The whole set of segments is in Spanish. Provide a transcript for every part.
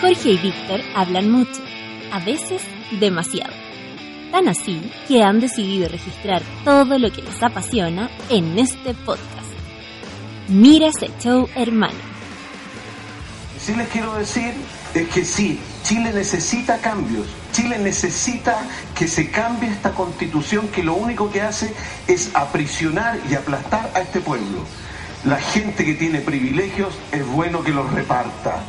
Jorge y Víctor hablan mucho, a veces demasiado. Tan así que han decidido registrar todo lo que les apasiona en este podcast. Mira ese show, hermano. Sí les quiero decir es que sí, Chile necesita cambios. Chile necesita que se cambie esta constitución que lo único que hace es aprisionar y aplastar a este pueblo. La gente que tiene privilegios es bueno que los reparta.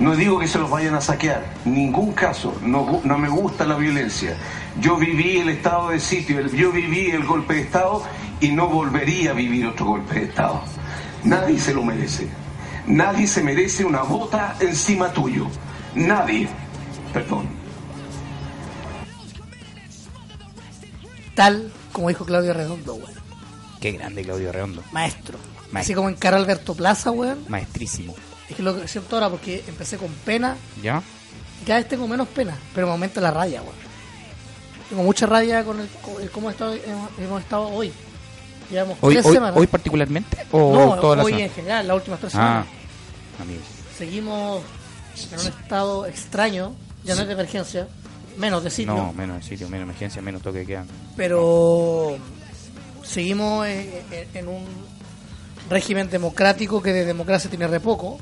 No digo que se los vayan a saquear, ningún caso, no, no me gusta la violencia. Yo viví el estado de sitio, el- yo viví el golpe de Estado y no volvería a vivir otro golpe de Estado. Nadie se lo merece. Nadie se merece una bota encima tuyo. Nadie. Perdón. Tal como dijo Claudio Redondo, weón. Qué grande Claudio Redondo. Maestro. Maestro. Así como encaró Alberto Plaza, weón. Maestrísimo. Es que lo que siento ahora porque empecé con pena ¿Ya? y cada vez tengo menos pena, pero me aumenta la rabia, weón. Tengo mucha rabia con el, con el cómo estado- hemos, hemos estado hoy. Llevamos ¿Hoy, tres hoy, semanas. hoy particularmente? ¿O no, toda la hoy semana? en general, las últimas tres Ah, semanas. amigo. Seguimos en un estado extraño, ya no es de emergencia, menos de sitio. No, menos sitio, menos emergencia, menos toque de queda. pero seguimos eh, eh, en un régimen democrático que de democracia tiene re poco,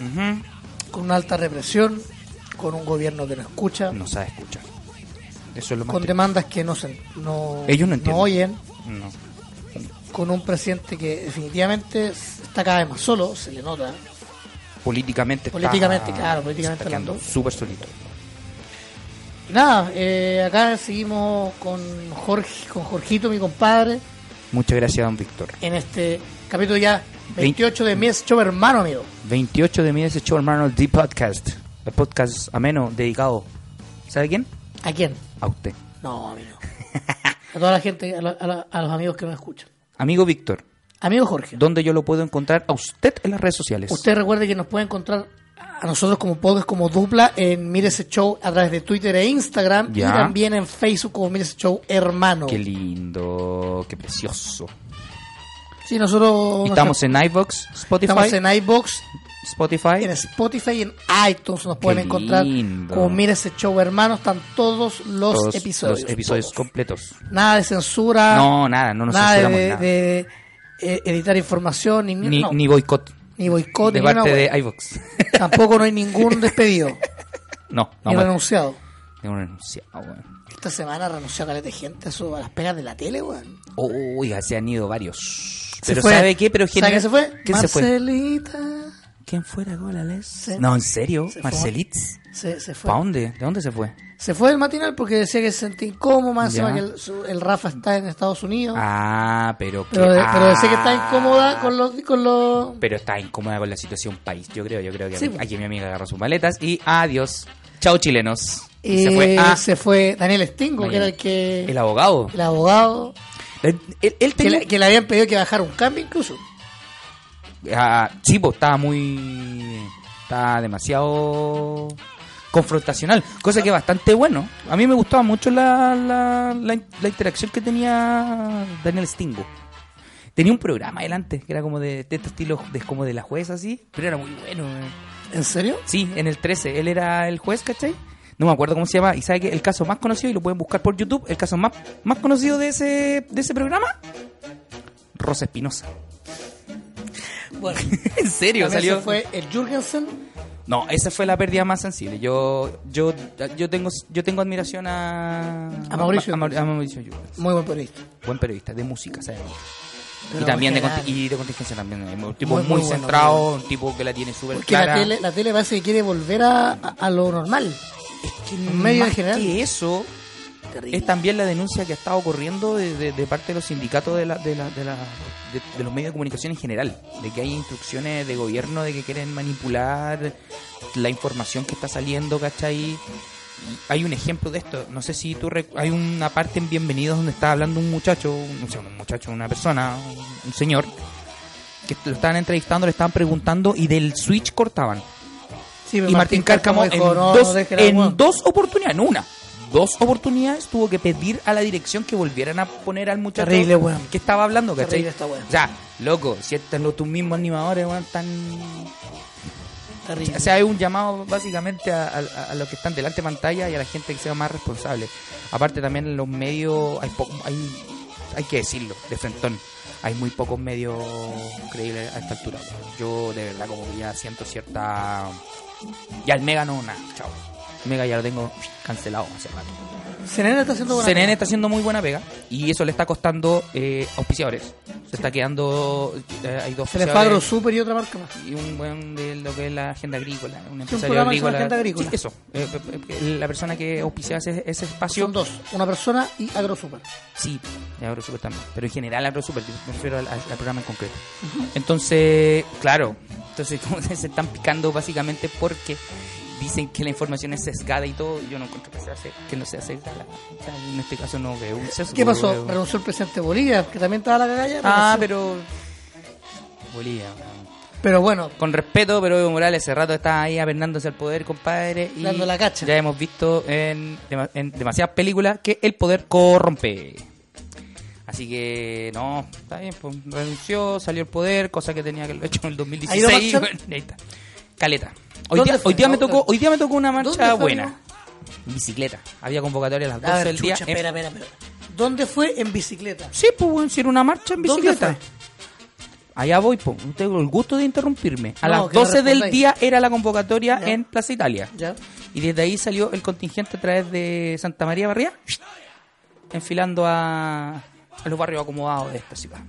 Ujú. con una alta represión, con un gobierno que no escucha, No sabe escuchar. Eso es lo más con triste. demandas que no, se, no, Ellos no entienden. oyen, No. con un presidente que definitivamente está cada vez más solo, se le nota, Políticamente está- Políticamente, claro, políticamente está quedando hablando. súper solito. Nada, eh, acá seguimos con Jorge, con Jorgito, mi compadre, Muchas gracias, don Víctor. en este capítulo ya 28 de mes, show hermano, amigo. 28 de mi show, hermano, The Podcast. El podcast ameno, dedicado. ¿Sabe quién? ¿A quién? A usted. No, amigo. A toda la gente, a, la- a la- a los amigos que nos escuchan. Amigo Víctor, Amigo Jorge, ¿dónde yo lo puedo encontrar a usted en las redes sociales? usted recuerde que nos puede encontrar a nosotros como podcast, como dupla, en Mire ese show a través de Twitter e Instagram y Ya. también en Facebook como Mire ese show hermano. Qué lindo, qué precioso. Sí, nosotros Y estamos en iVox, Spotify, estamos en iBox, Spotify. en Spotify y en iTunes nos pueden encontrar lindo. como Mire ese show hermano. Están todos los todos episodios. los episodios todos. completos. Nada de censura. No, nada, no nos nada de- censuramos de, nada. de, eh, editar información ni Ni, no. ni boicot Ni boicot, de ni una parte wea. de iVox. Tampoco no hay ningún despedido no, no. ni bueno, renunciado. tengo un renunciado, weón. Esta semana renunció caleta de gente a, su- a las pegas de la tele, weón. Oiga, se han ido varios. Se Pero fue. ¿sabe qué? Pero ¿Sabe quién se fue? ¿Quién se fue? Marcelita. ¿Quién fuera Golales? Se- No, en serio, se fue. Marcelitz. Se, se fue. ¿Para dónde? ¿De dónde se fue? Se fue del matinal porque decía que se sentía incómodo, más Ya. encima que el, su- el Rafa está en Estados Unidos. Ah, pero que- pero, pero decía que ah. está incómoda con los... Con los Pero está incómoda con la situación país, yo creo, yo creo que Sí, pues. aquí mi amiga agarró sus maletas y adiós. Chao chilenos. Y Eh, se fue ah. a se fue Daniel Stingo, que era el que... el abogado. el abogado. Él, él- él Que tenía le, que le habían pedido que bajara un cambio incluso. Ah, sí, pues, estaba muy estaba demasiado confrontacional, cosa que bastante bueno. A mí me gustaba mucho la, la, la in- la interacción que tenía Daniel Stingo. Tenía un programa adelante que era como de, de este estilo de como de la jueza así, pero era muy bueno. eh. ¿En serio? Sí, en el 13. Él era el juez, ¿cachai? No me acuerdo cómo se llama. Y sabe que el caso más conocido, y lo pueden buscar por YouTube, el caso más, más conocido de ese, de ese programa, Rosa Espinosa. Bueno, ¿En serio? también se fue el Jurgensen. No, esa fue la pérdida más sensible. Yo, yo, yo tengo, yo tengo admiración a, A Mauricio. a, Maur- a Mauricio Yunes. Muy buen periodista. buen periodista de música, sabemos. Pero Y también de, general. conti- y de contingencia también. es Un tipo Muy, muy, muy bueno, centrado, muy un tipo que la tiene súper Porque la clara. tele, la tele parece que quiere volver a, a- a lo normal. Que en medio más en general. que eso, es también la denuncia que ha estado ocurriendo de, de- de parte de los sindicatos de, la, de, la- de la- de- de los medios de comunicación en general, de que hay instrucciones de gobierno de que quieren manipular la información que está saliendo, ¿cachai? Y Hay un ejemplo de esto, no sé si tú... rec- Hay una parte en Bienvenidos donde está hablando un muchacho, un, o sea, un muchacho, una persona, un- un señor, que lo estaban entrevistando, le estaban preguntando y del switch cortaban Sí, pero y Martín Cárcamo en, dijo, no, no dos, dejen a en Juan. dos oportunidades, no una, dos oportunidades tuvo que pedir a la dirección que volvieran a poner al muchacho Terrible, weón. que estaba hablando, ¿cachai? Terrible esta weá. Ya, loco, si estos no tus mismos animadores, weón, están Terrible. O sea, es un llamado básicamente a, a- a los que están delante de pantalla y a la gente que sea más responsable. Aparte también en los medios hay po- hay, hay que decirlo, de frentón. Hay muy pocos medios creíbles a esta altura. Yo de verdad como que ya siento cierta... Ya el Mega no, nada, chao. El Mega ya lo tengo cancelado hace rato. CNN está haciendo buena CNN pega. está haciendo muy buena pega y eso le está costando eh, auspiciadores. Se está quedando... eh, hay dos Se le fue auspiciadores Agro Super y otra marca más. y un buen de lo que es la agenda agrícola, un empresario programa que se llama agrícola. Agenda Agrícola. Sí, eso, Eh, eh, eh, la persona que auspicia ese, ese espacio. Son dos, una persona y Agro Super. Sí, de AgroSuper también. Pero en general AgroSuper, yo me refiero al, al- al programa en concreto. Entonces, claro, entonces como se están picando básicamente porque dicen que la información es sesgada y todo, y yo no encuentro que, sea, se- que no sea sesgada. O sea, en este caso no veo un sesgo. ¿Qué pasó? veo- Renunció el presidente de Bolivia, que también estaba la cagalla. Ah, renunció. pero... Bolivia, weón. Pero bueno, Con respeto, pero Evo Morales hace rato está ahí apernándose al poder, compadre. Y Dando la cacha. Ya hemos visto en, dema- en demasiadas películas que el poder corrompe. Así que, no, está bien, pues, renunció, salió el poder, cosa que tenía que haberlo hecho en el ¿Ha ido a 2016. marchar? bueno, ahí está. Caleta. Hoy ¿Dónde día, fue? hoy, día me ¿Dónde? tocó, hoy día me tocó una marcha ¿Dónde fue, buena. amigo? En bicicleta. Había convocatoria a las 12 a ver, del chucha, día. en- espera, espera, espera. ¿Dónde fue en bicicleta? Sí, pues, bueno, si era una marcha en ¿Dónde bicicleta. Allá voy, pues. No tengo el gusto de interrumpirme. A No, las que no 12 del respondáis. día era la convocatoria Ya. en Plaza Italia. Ya. Y desde ahí salió el contingente a través de Santa María Barría, enfilando a, a los barrios acomodados de esta ciudad.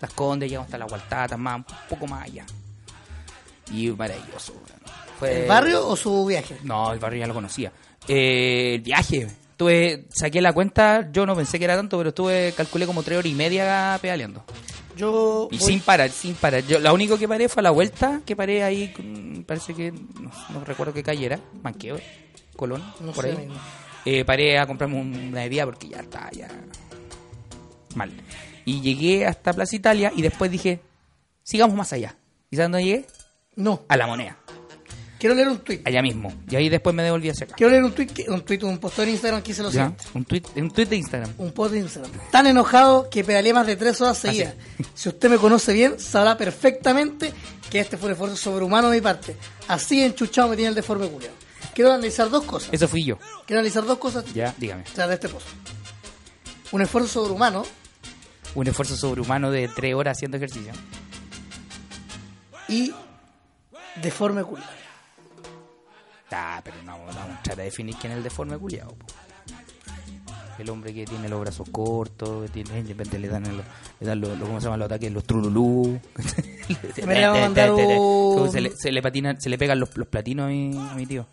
Las Condes, llegamos hasta la Gualtata, más, un poco más allá. Y maravilloso. weón. Fue- ¿El barrio o su viaje? no, el barrio ya lo conocía. Eh, el viaje. Tuve, saqué la cuenta, yo no pensé que era tanto, pero estuve, calculé como tres horas y media pedaleando. Yo. Y voy- sin parar, sin parar. Yo, la único que paré fue a la vuelta, que paré ahí, con- parece que, no, no recuerdo qué calle era, Manqueo, Colón, No por sé, ahí. amigo. Eh, paré a comprarme un- una bebida porque ya estaba ya mal. Y llegué hasta Plaza Italia y después dije, sigamos más allá. ¿Y sabes dónde llegué? No, A la moneda, quiero leer un tuit. allá mismo. Y ahí después me devolví hacia acá. Quiero leer un tuit, que- un tuit, un postor en Instagram que hice lo Ya, siguiente. Un tweet, un tweet de Instagram. Un post de Instagram. Tan enojado que pedaleé más de tres horas Ah, seguidas. Si usted me conoce bien, sabrá perfectamente que este fue un esfuerzo sobrehumano de mi parte. Así enchuchado me tiene el deforme culiao. Quiero analizar dos cosas. Eso fui yo. Quiero analizar dos cosas Ya, dígame. tras de este post. Un esfuerzo sobrehumano Un esfuerzo sobrehumano de tres horas haciendo ejercicio. y deforme culiao. Ah, pero no, no vamos a tratar de definir quién es el deforme culiado. El hombre que tiene los brazos cortos, que tiene, de repente le dan, el- le dan los, los- ¿cómo se llaman los ataques? Los trululú. le va a mandar un- se, le, se le patinan, se le pegan los, los platinos a mi, a mi tío.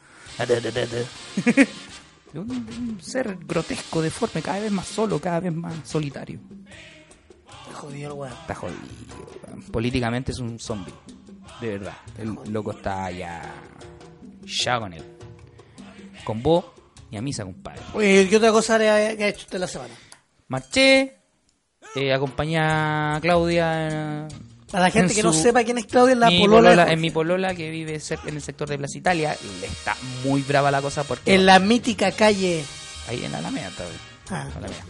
un, un ser grotesco, deforme, cada vez más solo, cada vez más solitario. Jodido el weón. Está jodido. weón. Políticamente es un zombie. De verdad. El loco está ya. Ya con él. Con vos y a misa, compadre. Oye, ¿qué otra cosa le ha, que ha hecho usted la semana? Marché. Eh, acompañé a Claudia. en- Para la gente en que no su- sepa quién es Claudia, es la mi polola. de Jorge. en mi polola que vive cer- en el sector de Plaza Italia. y Está muy brava la cosa porque. En la mítica calle. Ahí en Alameda está. güey. Ah. Alameda.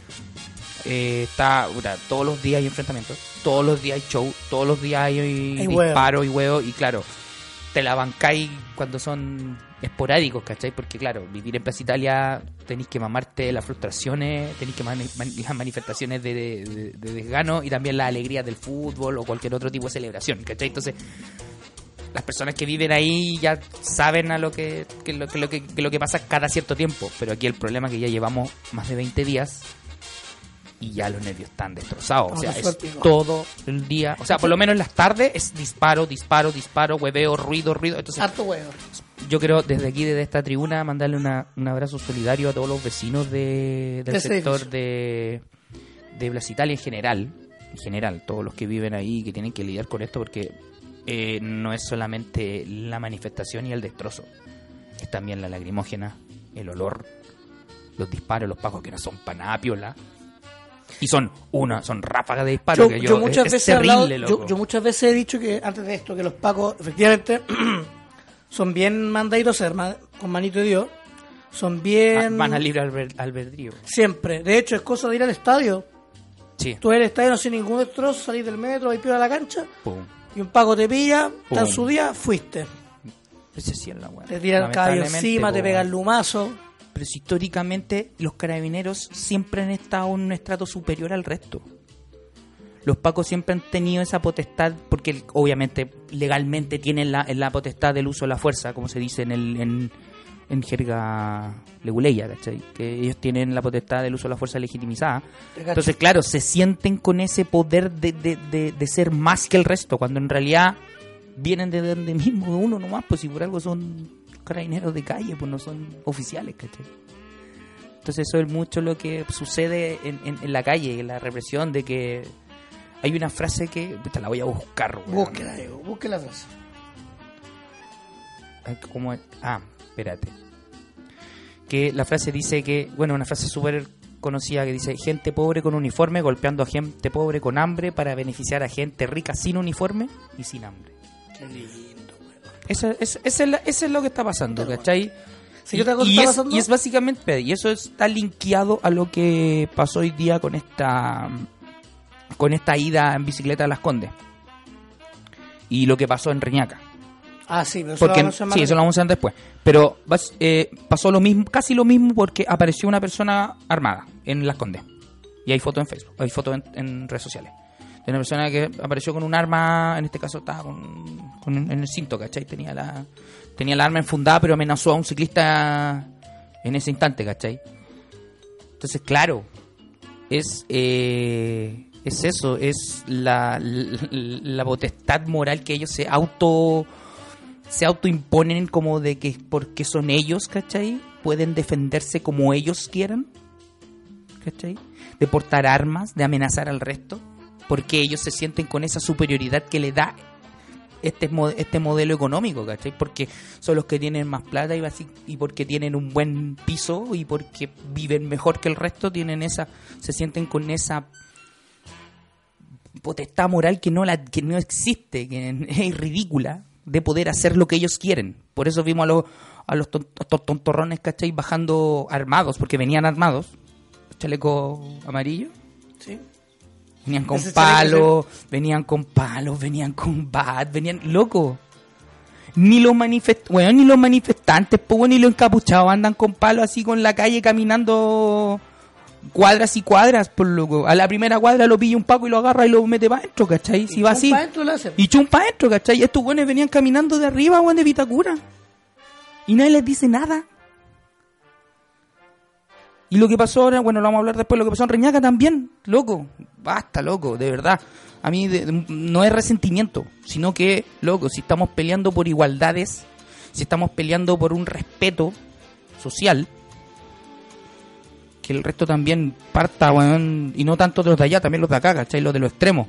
Eh, está, puta, todos los días hay enfrentamientos, todos los días hay show, todos los días hay, eh, Hay huevo. disparo y huevo, y claro, te la bancáis cuando son esporádicos, ¿cachai? Porque claro, vivir en Plaza Italia tenéis que mamarte las frustraciones, tenéis que mani- man- las manifestaciones de, de- de desgano y también las alegrías del fútbol o cualquier otro tipo de celebración, ¿cachai? Entonces, las personas que viven ahí ya saben a lo que, que lo, que, lo que, que lo que pasa cada cierto tiempo. Pero aquí el problema es que ya llevamos más de 20 días y ya los nervios están destrozados. O Vamos sea, a es suerte, ¿no? todo el día. O sea, por lo menos en las tardes es disparo, disparo, disparo, hueveo, ruido, ruido. Entonces, Harto huevo. yo creo desde aquí, desde esta tribuna, mandarle una- un abrazo solidario a todos los vecinos de, del De ese sector edificio. de, de Plaza Italia en general. En general, todos los que viven ahí y que tienen que lidiar con esto porque eh, no es solamente la manifestación y el destrozo. Es también la lagrimógena, el olor, los disparos, los pajos que no son panapiola. Y son una, son ráfagas de disparos Yo, que yo yo, muchas es- es veces he hablado- terrible, yo- loco. yo muchas veces he dicho que antes de esto que los pacos efectivamente son bien mandaditos a ser ma- con manito de Dios son Ah, bien Van a libre alber- albedrío. siempre de hecho es cosa de ir al estadio Sí. tú eres al estadio no sin ningún destrozo salís del metro ahí piola a la cancha Pum. y un paco te pilla está en Pum. su día fuiste Pues así es la weá. Te tiran el caballo Lamentablemente, encima, te po, pegan weón. lumazo. Pero si históricamente los carabineros siempre han estado en un estrato superior al resto. Los pacos siempre han tenido esa potestad, porque el- obviamente legalmente tienen la, la potestad del uso de la fuerza, como se dice en, el, en, en jerga leguleya, ¿cachai? Que ellos tienen la potestad del uso de la fuerza legitimizada. Te cacho. Entonces, claro, se sienten con ese poder de, de- de- de ser más que el resto, cuando en realidad vienen de donde mismo, de uno nomás, pues si por algo son carabineros de calle, pues no son oficiales, ¿cachai? Entonces eso es mucho lo que sucede en, en- en la calle, en la represión, de que hay una frase que... puta, la voy a buscar, weón. Búsquela, Diego, búsquela pues. atrás. Ay, ¿cómo es? Ah, espérate. Que la frase dice que... Bueno, una frase súper conocida que dice gente pobre con uniforme golpeando a gente pobre con hambre para beneficiar a gente rica sin uniforme y sin hambre. Qué lindo, weón. Eso, eso- eso es, la- eso es lo que está pasando, ¿cachai? Si yo te hago y, está es, pasando, y es básicamente, y eso está linkeado a lo que pasó hoy día con esta con esta ida en bicicleta a Las Condes. Y lo que pasó en Reñaca. Ah, sí, pero eso lo Porque, vamos a hacer más sí, eso lo vamos a hacer después. Pero bas- eh, pasó lo mismo, casi lo mismo porque apareció una persona armada en Las Condes. Y hay fotos en Facebook, hay fotos en, en redes sociales. De una persona que apareció con un arma, en este caso estaba con, con un- en el cinto, ¿cachai? Tenía la, tenía la arma enfundada, pero amenazó a un ciclista en ese instante, ¿cachai? Entonces, claro, es, eh, es eso, es la, la, la potestad moral que ellos se auto se autoimponen como de que porque son ellos, ¿cachai? Pueden defenderse como ellos quieran, ¿cachai? De portar armas, de amenazar al resto, porque ellos se sienten con esa superioridad que le da este, mo- este modelo económico, ¿cachai? Porque son los que tienen más plata y, basi- y porque tienen un buen piso y porque viven mejor que el resto, tienen esa, se sienten con esa potestad moral que no la que no existe, que es ridícula, de poder hacer lo que ellos quieren. Por eso vimos a los a los ton- to- tontorrones, ¿cachai? bajando armados, porque venían armados, chaleco amarillo, Sí. venían con Ese chaleco palos, venían con palos, venían con bat, venían loco. Ni los manifest bueno, ni los manifestantes, pues, bueno, ni los encapuchados andan con palos así con la calle caminando cuadras y cuadras, por loco. A la primera cuadra lo pilla un paco y lo agarra y lo mete para adentro, ¿cachai? Si Chumpa va así. adentro lo hacen. Y chumpa adentro, ¿cachai? Y estos güeyes venían caminando de arriba, güey, de Vitacura. Y nadie les dice nada. Y lo que pasó ahora, bueno, lo vamos a hablar después, lo que pasó en Reñaca también, loco. Basta, loco, de verdad. A mí de- de- no es resentimiento, sino que, loco, si estamos peleando por igualdades, si estamos peleando por un respeto social, que el resto también parta, weón, y no tanto de los de allá, también los de acá, ¿cachai? Los de los extremos.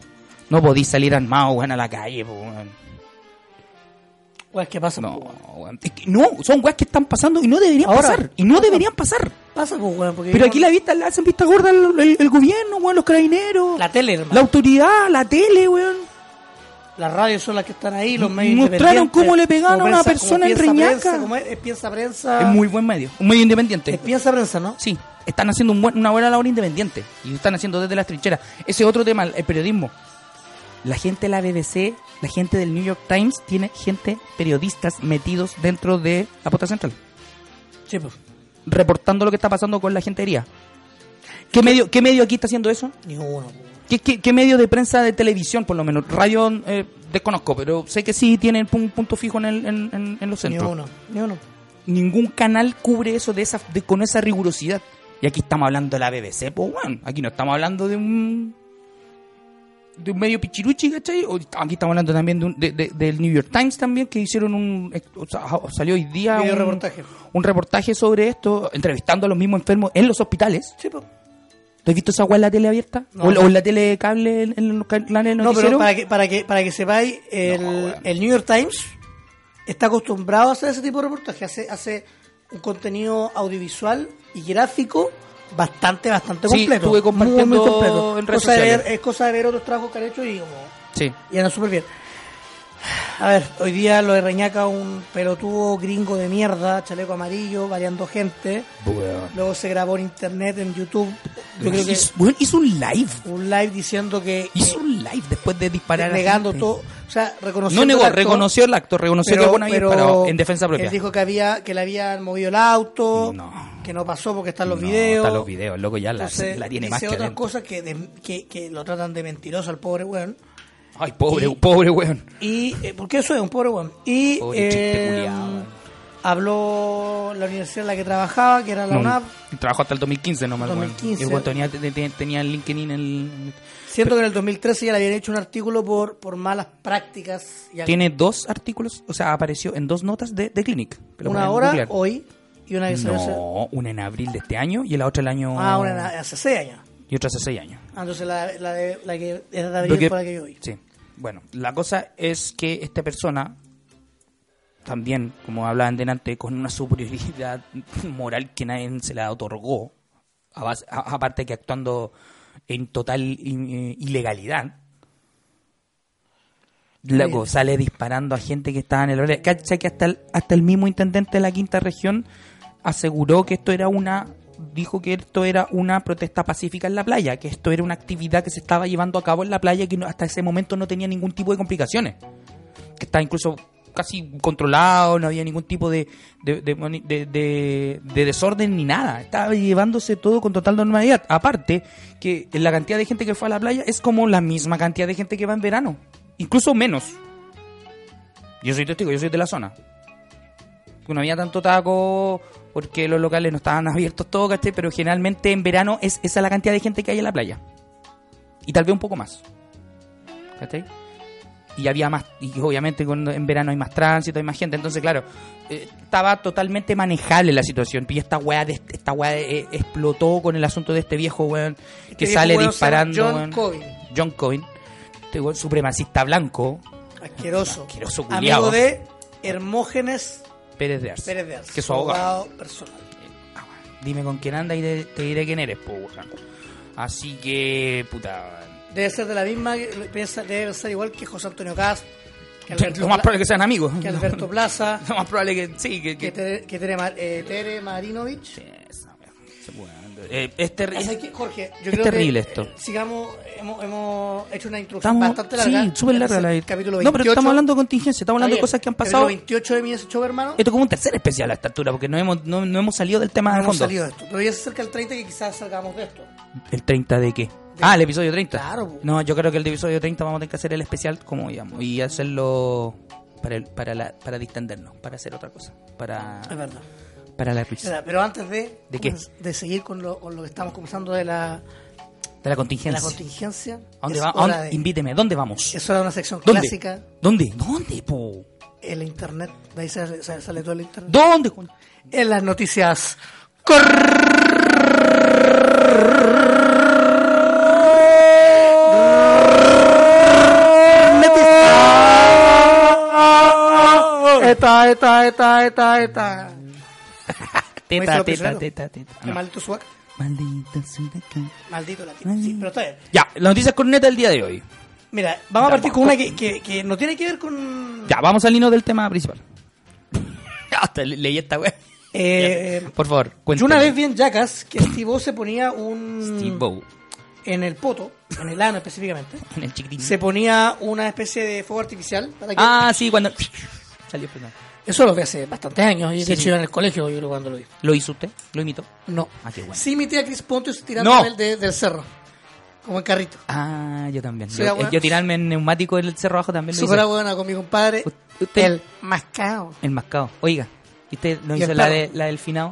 No podís salir armado, weón, a la calle, po, weón. Weón, ¿qué pasa? No, po, weón? weón. Es que no, son weas que están pasando y no deberían Ahora, pasar. Y no pasa. deberían pasar. Pasa, pues, weón, porque Pero aquí la vista la hacen vista gorda el, el- el gobierno, weón, los carabineros, la la, tele, hermano. autoridad, la tele, weón. Las radios son las que están ahí, los medios Mostraron independientes, cómo le pegaron como a una prensa- como persona en piensa Reñaca. prensa, como es, es piensa prensa. Es muy buen medio, un medio independiente. Es piensa prensa, ¿no? Sí, están haciendo un buen- una buena labor independiente y lo están haciendo desde las trincheras. Ese otro tema, el periodismo. La gente de la BBC, la gente del New York Times tiene gente periodistas metidos dentro de la pota central, Sí, pues. reportando lo que está pasando con la gentería. ¿Qué medio, qué medio aquí está haciendo eso? Ni uno, po, weón. ¿Qué, qué- qué medio de prensa de televisión, por lo menos? Radio eh, desconozco, pero sé que sí tienen un punto fijo en, el- en- en- en los ni centros. uno, ni uno. ningún canal cubre eso de esa de- con esa rigurosidad. Y aquí estamos hablando de la BBC, pues bueno, aquí no estamos hablando de un de un medio pichiruchi, ¿cachai? O est- aquí estamos hablando también de un- de- de- del New York Times también, que hicieron un... ex- o sea, ja- salió hoy día Video un reportaje. un reportaje sobre esto, entrevistando a los mismos enfermos en los hospitales. Sí, pues. ¿Tú has visto esa weá en la tele abierta? No. ¿O, en- o en la tele cable en, en los canales No, pero noticiero? para que, para que, para que sepáis, el, No, weón. el New York Times está acostumbrado a hacer ese tipo de reportaje. Hace, hace un contenido audiovisual y gráfico bastante, bastante Sí, completo. estuve compartiendo Muy, muy completo. en redes cosa de ver, sociales. es cosa de ver otros trabajos que han hecho y como Sí. y andan súper bien. A ver, hoy día lo de Reñaca, un pelotudo gringo de mierda, chaleco amarillo, variando gente. Luego se grabó en internet, en YouTube, Yo creo que hizo, bueno, hizo un live. un live diciendo que. que Hizo un live después de disparar. a negando gente. todo. O sea, reconociendo. No negó, el acto, reconoció el acto, reconoció que alguna había disparado en defensa propia. Él dijo que, había, que le habían movido el auto. No. Que no pasó porque están los No, videos. Está los videos, loco, ya la, Entonces, la tiene más dice que otras adentro. cosas que, de- que, que lo tratan de mentiroso al pobre weón. Ay, pobre, Y- pobre weón. Y, eh, porque eso es un pobre weón. Y Pobre chiste eh, culiao. habló la universidad en la que trabajaba, que era la No, UNAP. Mm. Trabajó hasta el 2015 nomás, weón. 2015. Y el weón tenía, te- te- tenía el LinkedIn el... Siento que en el 2013 ya le habían hecho un artículo por, por malas prácticas. y algo. Tiene dos artículos, o sea, apareció en dos notas de, de Clinic. que lo una pueden hora googlear. hoy y una que se hace- No, una en abril de este año y la otra el año... Ah, una na- hace seis años. Y otra hace seis años. Ah, entonces la, la, de, la que es de Lo abril que- fue la que yo vi. Sí. Bueno, la cosa es que esta persona, también, como hablaban delante, con una superioridad moral que nadie se la otorgó, a base- a- aparte que actuando en total i- eh, ilegalidad, Loco, sale disparando a gente que estaba en el horario. Cacha que hasta el, hasta el mismo intendente de la quinta región aseguró que esto era una. Dijo que esto era una protesta pacífica en la playa, que esto era una actividad que se estaba llevando a cabo en la playa y que no- hasta ese momento no tenía ningún tipo de complicaciones. Que estaba incluso casi controlado, no había ningún tipo de, de, de moni- de- de- de desorden ni nada. Estaba llevándose todo con total normalidad. Aparte, que la cantidad de gente que fue a la playa es como la misma cantidad de gente que va en verano, incluso menos. Yo soy testigo, yo soy de la zona. No había tanto taco porque los locales no estaban abiertos todo, ¿cachai? Pero generalmente en verano es esa la cantidad de gente que hay en la playa. Y tal vez un poco más. ¿Cachai? Y había más, y obviamente cuando en verano hay más tránsito, hay más gente. Entonces, claro, eh, estaba totalmente manejable la situación. Y esta weá, de- esta weá eh, explotó con el asunto de este viejo weón que Este viejo sale weón se llama disparando. John weón. Cobain. John Coin. Este weón supremacista blanco. Asqueroso. Asqueroso culiao. Amigo de Hermógenes Pérez de Arce. Pérez de Arce. Que es su abogado. personal. Ah, bueno. Dime con quién anda y te, te diré quién eres, po, weón. Así que, puta. Debe ser de la misma, piensa- debe ser igual que José Antonio Cast, que Alberto, Lo más Pla- probable es que sean amigos. que Alberto Plaza, Lo más probable que sí, que. que, que- Tere, que Tere, Mar- eh, Tere Marinovich. Esa, weón. Se puede andar. Eh, es terri- O sea, que, Jorge, yo Es creo terrible que, esto. eh, sigamos, hemos, hemos hecho una introducción Estamos, bastante larga. sí, súper larga Es el la Capítulo No, pero 28. estamos hablando de contingencia, estamos hablando de Está bien. cosas que han pasado. Capítulo 28 de mi show, hermano. Esto es como un tercer especial a esta altura, porque no hemos, no, no hemos salido del tema no de hemos fondo. salido de esto. Pero ya se acerca el 30 que quizás salgamos de esto. ¿El 30 de qué? Ah, el episodio 30. Claro, po. No, yo creo que el episodio 30 vamos a tener que hacer el especial, como digamos, y hacerlo para el- para la, para distendernos, para hacer otra cosa, para, Es verdad. para la Es verdad, risa, Pero antes de, ¿De qué? de seguir con lo, con lo que estamos conversando de la, de la de la contingencia. contingencia, ¿A dónde es, va? ¿A hora dónde? de, Invíteme, ¿dónde vamos? es hora de una sección ¿Dónde? clásica, ¿Dónde? ¿Dónde, po? el internet. De ahí sale, sale- sale todo el internet. ¿Dónde? con- En las noticias. Eta, eta, eta, eta, eta. Teta, Maestro teta, prisionero. teta, teta. Qué No. maldito swag. Maldita sudaca. Maldito latino. Sí, Mm. pero está bien. Ya, las noticias corneta del día de hoy. Mira, vamos a Ya, partir con una que, que, que no tiene que ver con. Ya, vamos al hilo del tema principal. Hasta le- leí esta wea. Eh, Por favor, yo cuéntame. una vez vi en Jackass que Steve O se ponía un. Steve Bow, En el poto, en el ano específicamente. en el chiquitín. Se ponía una especie de fuego artificial. Para que... Ah, sí, cuando. Salió Fernando. Eso lo vi hace bastantes años. Y Sí, de hecho sí. iba en el colegio yo creo, cuando lo vi. ¿Lo hizo usted? ¿Lo imitó? No. Ah, qué bueno. Sí, mi tía Cris Pontius tirando No. él de- del cerro. Como en carrito. Ah, yo también. Sí, yo, agua. yo tirarme en neumático del cerro abajo también lo Súper hice. buena con mi compadre. U- usted- El mascao. El mascado. Oiga, ¿y usted no Y hizo el la, perro. de, la del finado?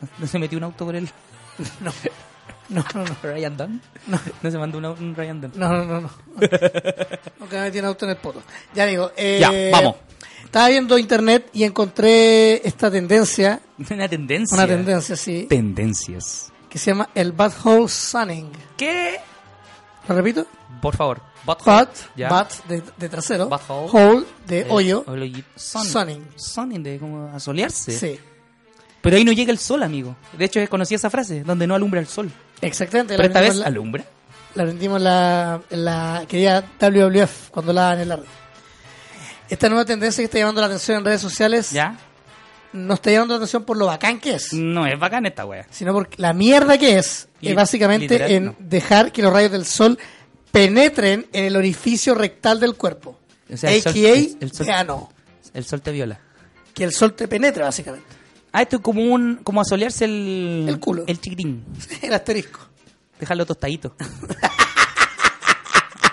¿No, no se metió un auto por el No. No, no, no. Ryan Dunn? No. se mandó una- un Ryan Dunn? No, no, no, no. No que me tiene auto en el poto. Ya digo. eh, Ya, vamos. Estaba viendo internet y encontré esta tendencia, Una tendencia. una tendencia, sí, Tendencias. que se llama el butthole sunning. ¿Qué? ¿Lo repito? Por favor. Butthole. Butt, Ya. butt de, de trasero, Butthole. hole de Eh, hoyo, hoyo- Sun. Sunning. Sunning, de como asolearse. sí. Pero ahí no llega el sol, amigo. De hecho, conocí esa frase, donde no alumbra el sol. Exactamente. Pero la esta vez aprendimos en la- alumbra. la aprendimos en la, en la querida WWF cuando la dan en la red. Esta nueva tendencia que está llamando la atención en redes sociales ¿Ya? Mm. no estoy dando atención por lo bacán que es, No es bacán esta wea. sino por la mierda que es, Li- es básicamente literal, en no. dejar que los rayos del sol penetren en el orificio rectal del cuerpo. O sea, el sol- AKA, el- el sol- ano. El sol te viola. Que el sol te penetre, básicamente. Ah, esto es como un como asolearse el El culo. el chiquitín. El asterisco. Dejarlo tostadito.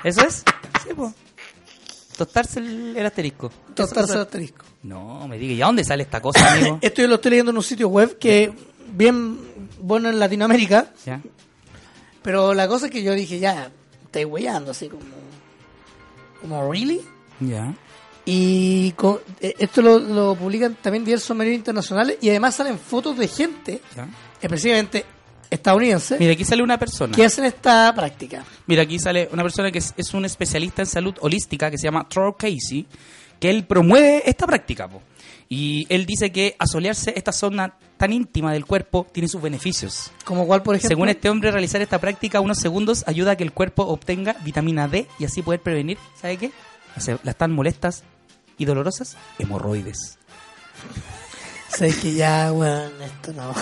¿Eso es? Sí, po. Tostarse el, el asterisco. Tostarse el asterisco. No, me diga, ¿y a dónde sale esta cosa, amigo? Esto yo lo estoy leyendo en un sitio web que bien bueno en Latinoamérica, Ya. pero la cosa es que yo dije, ya, estoy weyando, así como... Como, ¿really? Ya. Y co- eh, esto lo, lo publican también diversos medios internacionales y además salen fotos de gente, ya. específicamente estadounidense, Mira, aquí sale una persona. que hacen esta práctica. Mira, aquí sale una persona que es, es un especialista en salud holística que se llama Troy Casey, que él promueve esta práctica. po. Y él dice que asolearse esta zona tan íntima del cuerpo tiene sus beneficios. Como cual, por ejemplo... Según este hombre, realizar esta práctica unos segundos ayuda a que el cuerpo obtenga vitamina D y así poder prevenir, ¿sabe qué? Las, las tan molestas y dolorosas hemorroides. este- Sé que ya, weón, esto no...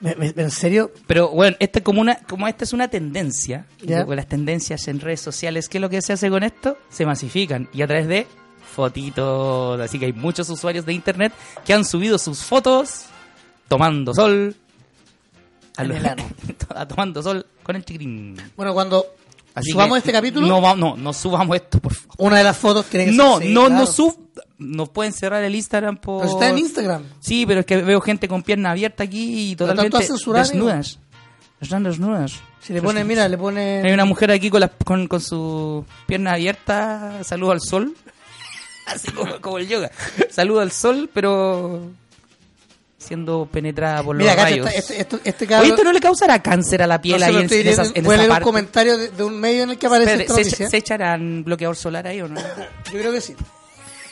Me- me- en serio, Pero bueno, este es como una, como esta es una tendencia, Ya. y con las tendencias en redes sociales, ¿qué es lo que se hace con esto? Se masifican y a través de fotitos, así que hay muchos usuarios de internet que han subido sus fotos tomando sol, En el ano. a- tomando sol con el chiquitín. bueno, cuando Así subamos que este capítulo, No, va- no, no subamos esto, por favor. una de las fotos tiene que No, ser- sí, no, claro. no sub. Nos pueden cerrar el Instagram por. Pero está en Instagram. Sí, pero es que veo gente con pierna abierta aquí y Pero está totalmente todo censurado, desnudas. Están desnudas. Si le pone, mira, le pone. Hay una mujer aquí con, las- con, con su pierna abierta, saludo al sol. Así como, como el yoga. Saludo al sol, pero siendo penetrada por los mira, cacha, rayos. esta- este, este, este Oye, cabrón- ¿esto no le causará cáncer a la piel no sé, ahí pero en, estoy en leyendo- esas- en voy a esa leer un parte? comentario de, de un medio en el que aparece Espérate, esta ¿se, noticia. se echarán bloqueador solar ahí o no? Yo creo que sí.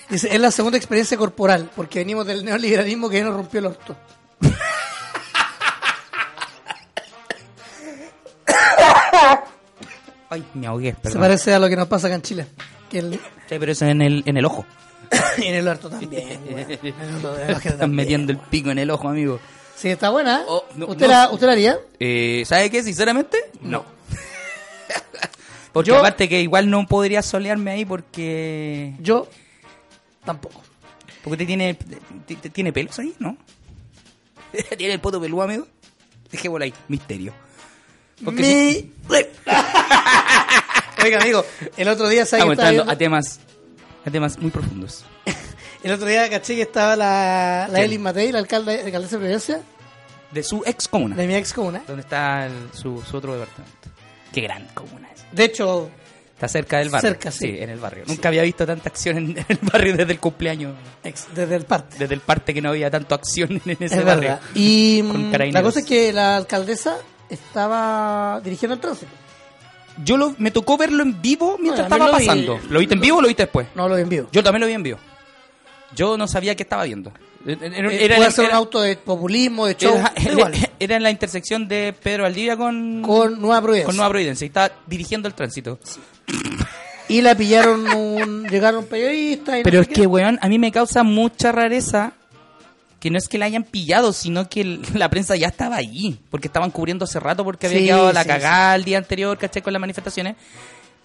Dice, es la segunda experiencia corporal, porque venimos del neoliberalismo que ya nos rompió el orto. Ay, me ahogué, Se perdón. parece a lo que nos pasa acá en Chile. Que el, Sí, pero eso es en el, en el ojo. y en el orto también. weón. En el orto de la gente Están también. metiendo el pico en el ojo, amigo. Sí, está buena. ¿eh? Oh, no, ¿Usted, no. La, ¿Usted la haría? Eh, ¿Sabe qué? Sinceramente, no. porque Yo- aparte que igual no podría solearme ahí porque... Yo tampoco. Porque te tiene, te- te- tiene pelos ahí, ¿no? ¿Tiene el poto peludo, amigo? Dejémoslo ahí. Misterio. Porque Mi- si- Oiga, amigo, el otro día ¿sabe Estamos qué estaba entrando viendo? a temas, a temas muy profundos. El otro día caché que estaba la, la ¿Quién? Elis Matei, la alcalde, alcaldesa de Providencia, De su ex comuna. de mi ex comuna. Donde está el- su, su otro departamento. Qué gran comuna es. De hecho, Está cerca del barrio. Cerca, sí. en el barrio. Nunca había visto tanta acción en el barrio desde el cumpleaños. ex- desde el parte. Desde el parte que no había tanto acción en ese es barrio. verdad. Y Con mm, la carabineros. cosa es que la alcaldesa estaba dirigiendo el tránsito. Yo lo, me tocó verlo en vivo mientras Bueno, a estaba mí lo vi- pasando. ¿Lo viste en vivo o lo viste después? No lo envío. Yo también lo vi en vivo. Yo no sabía qué estaba viendo. Era, era- Eh, era- Puede ser un auto de populismo, de show, era- da igual. era en la intersección de Pedro Aldivia con, con Nueva Providencia. con Nueva Providencia. Y estaba dirigiendo el tránsito. Y la pillaron, un, llegaron periodistas. Y no Pero sé es qué. que, weón, a mí me causa mucha rareza que no es que la hayan pillado, sino que el- la prensa ya estaba ahí, porque estaban cubriendo hace rato porque había Sí, quedado la sí, cagada el día anterior, caché, con las manifestaciones.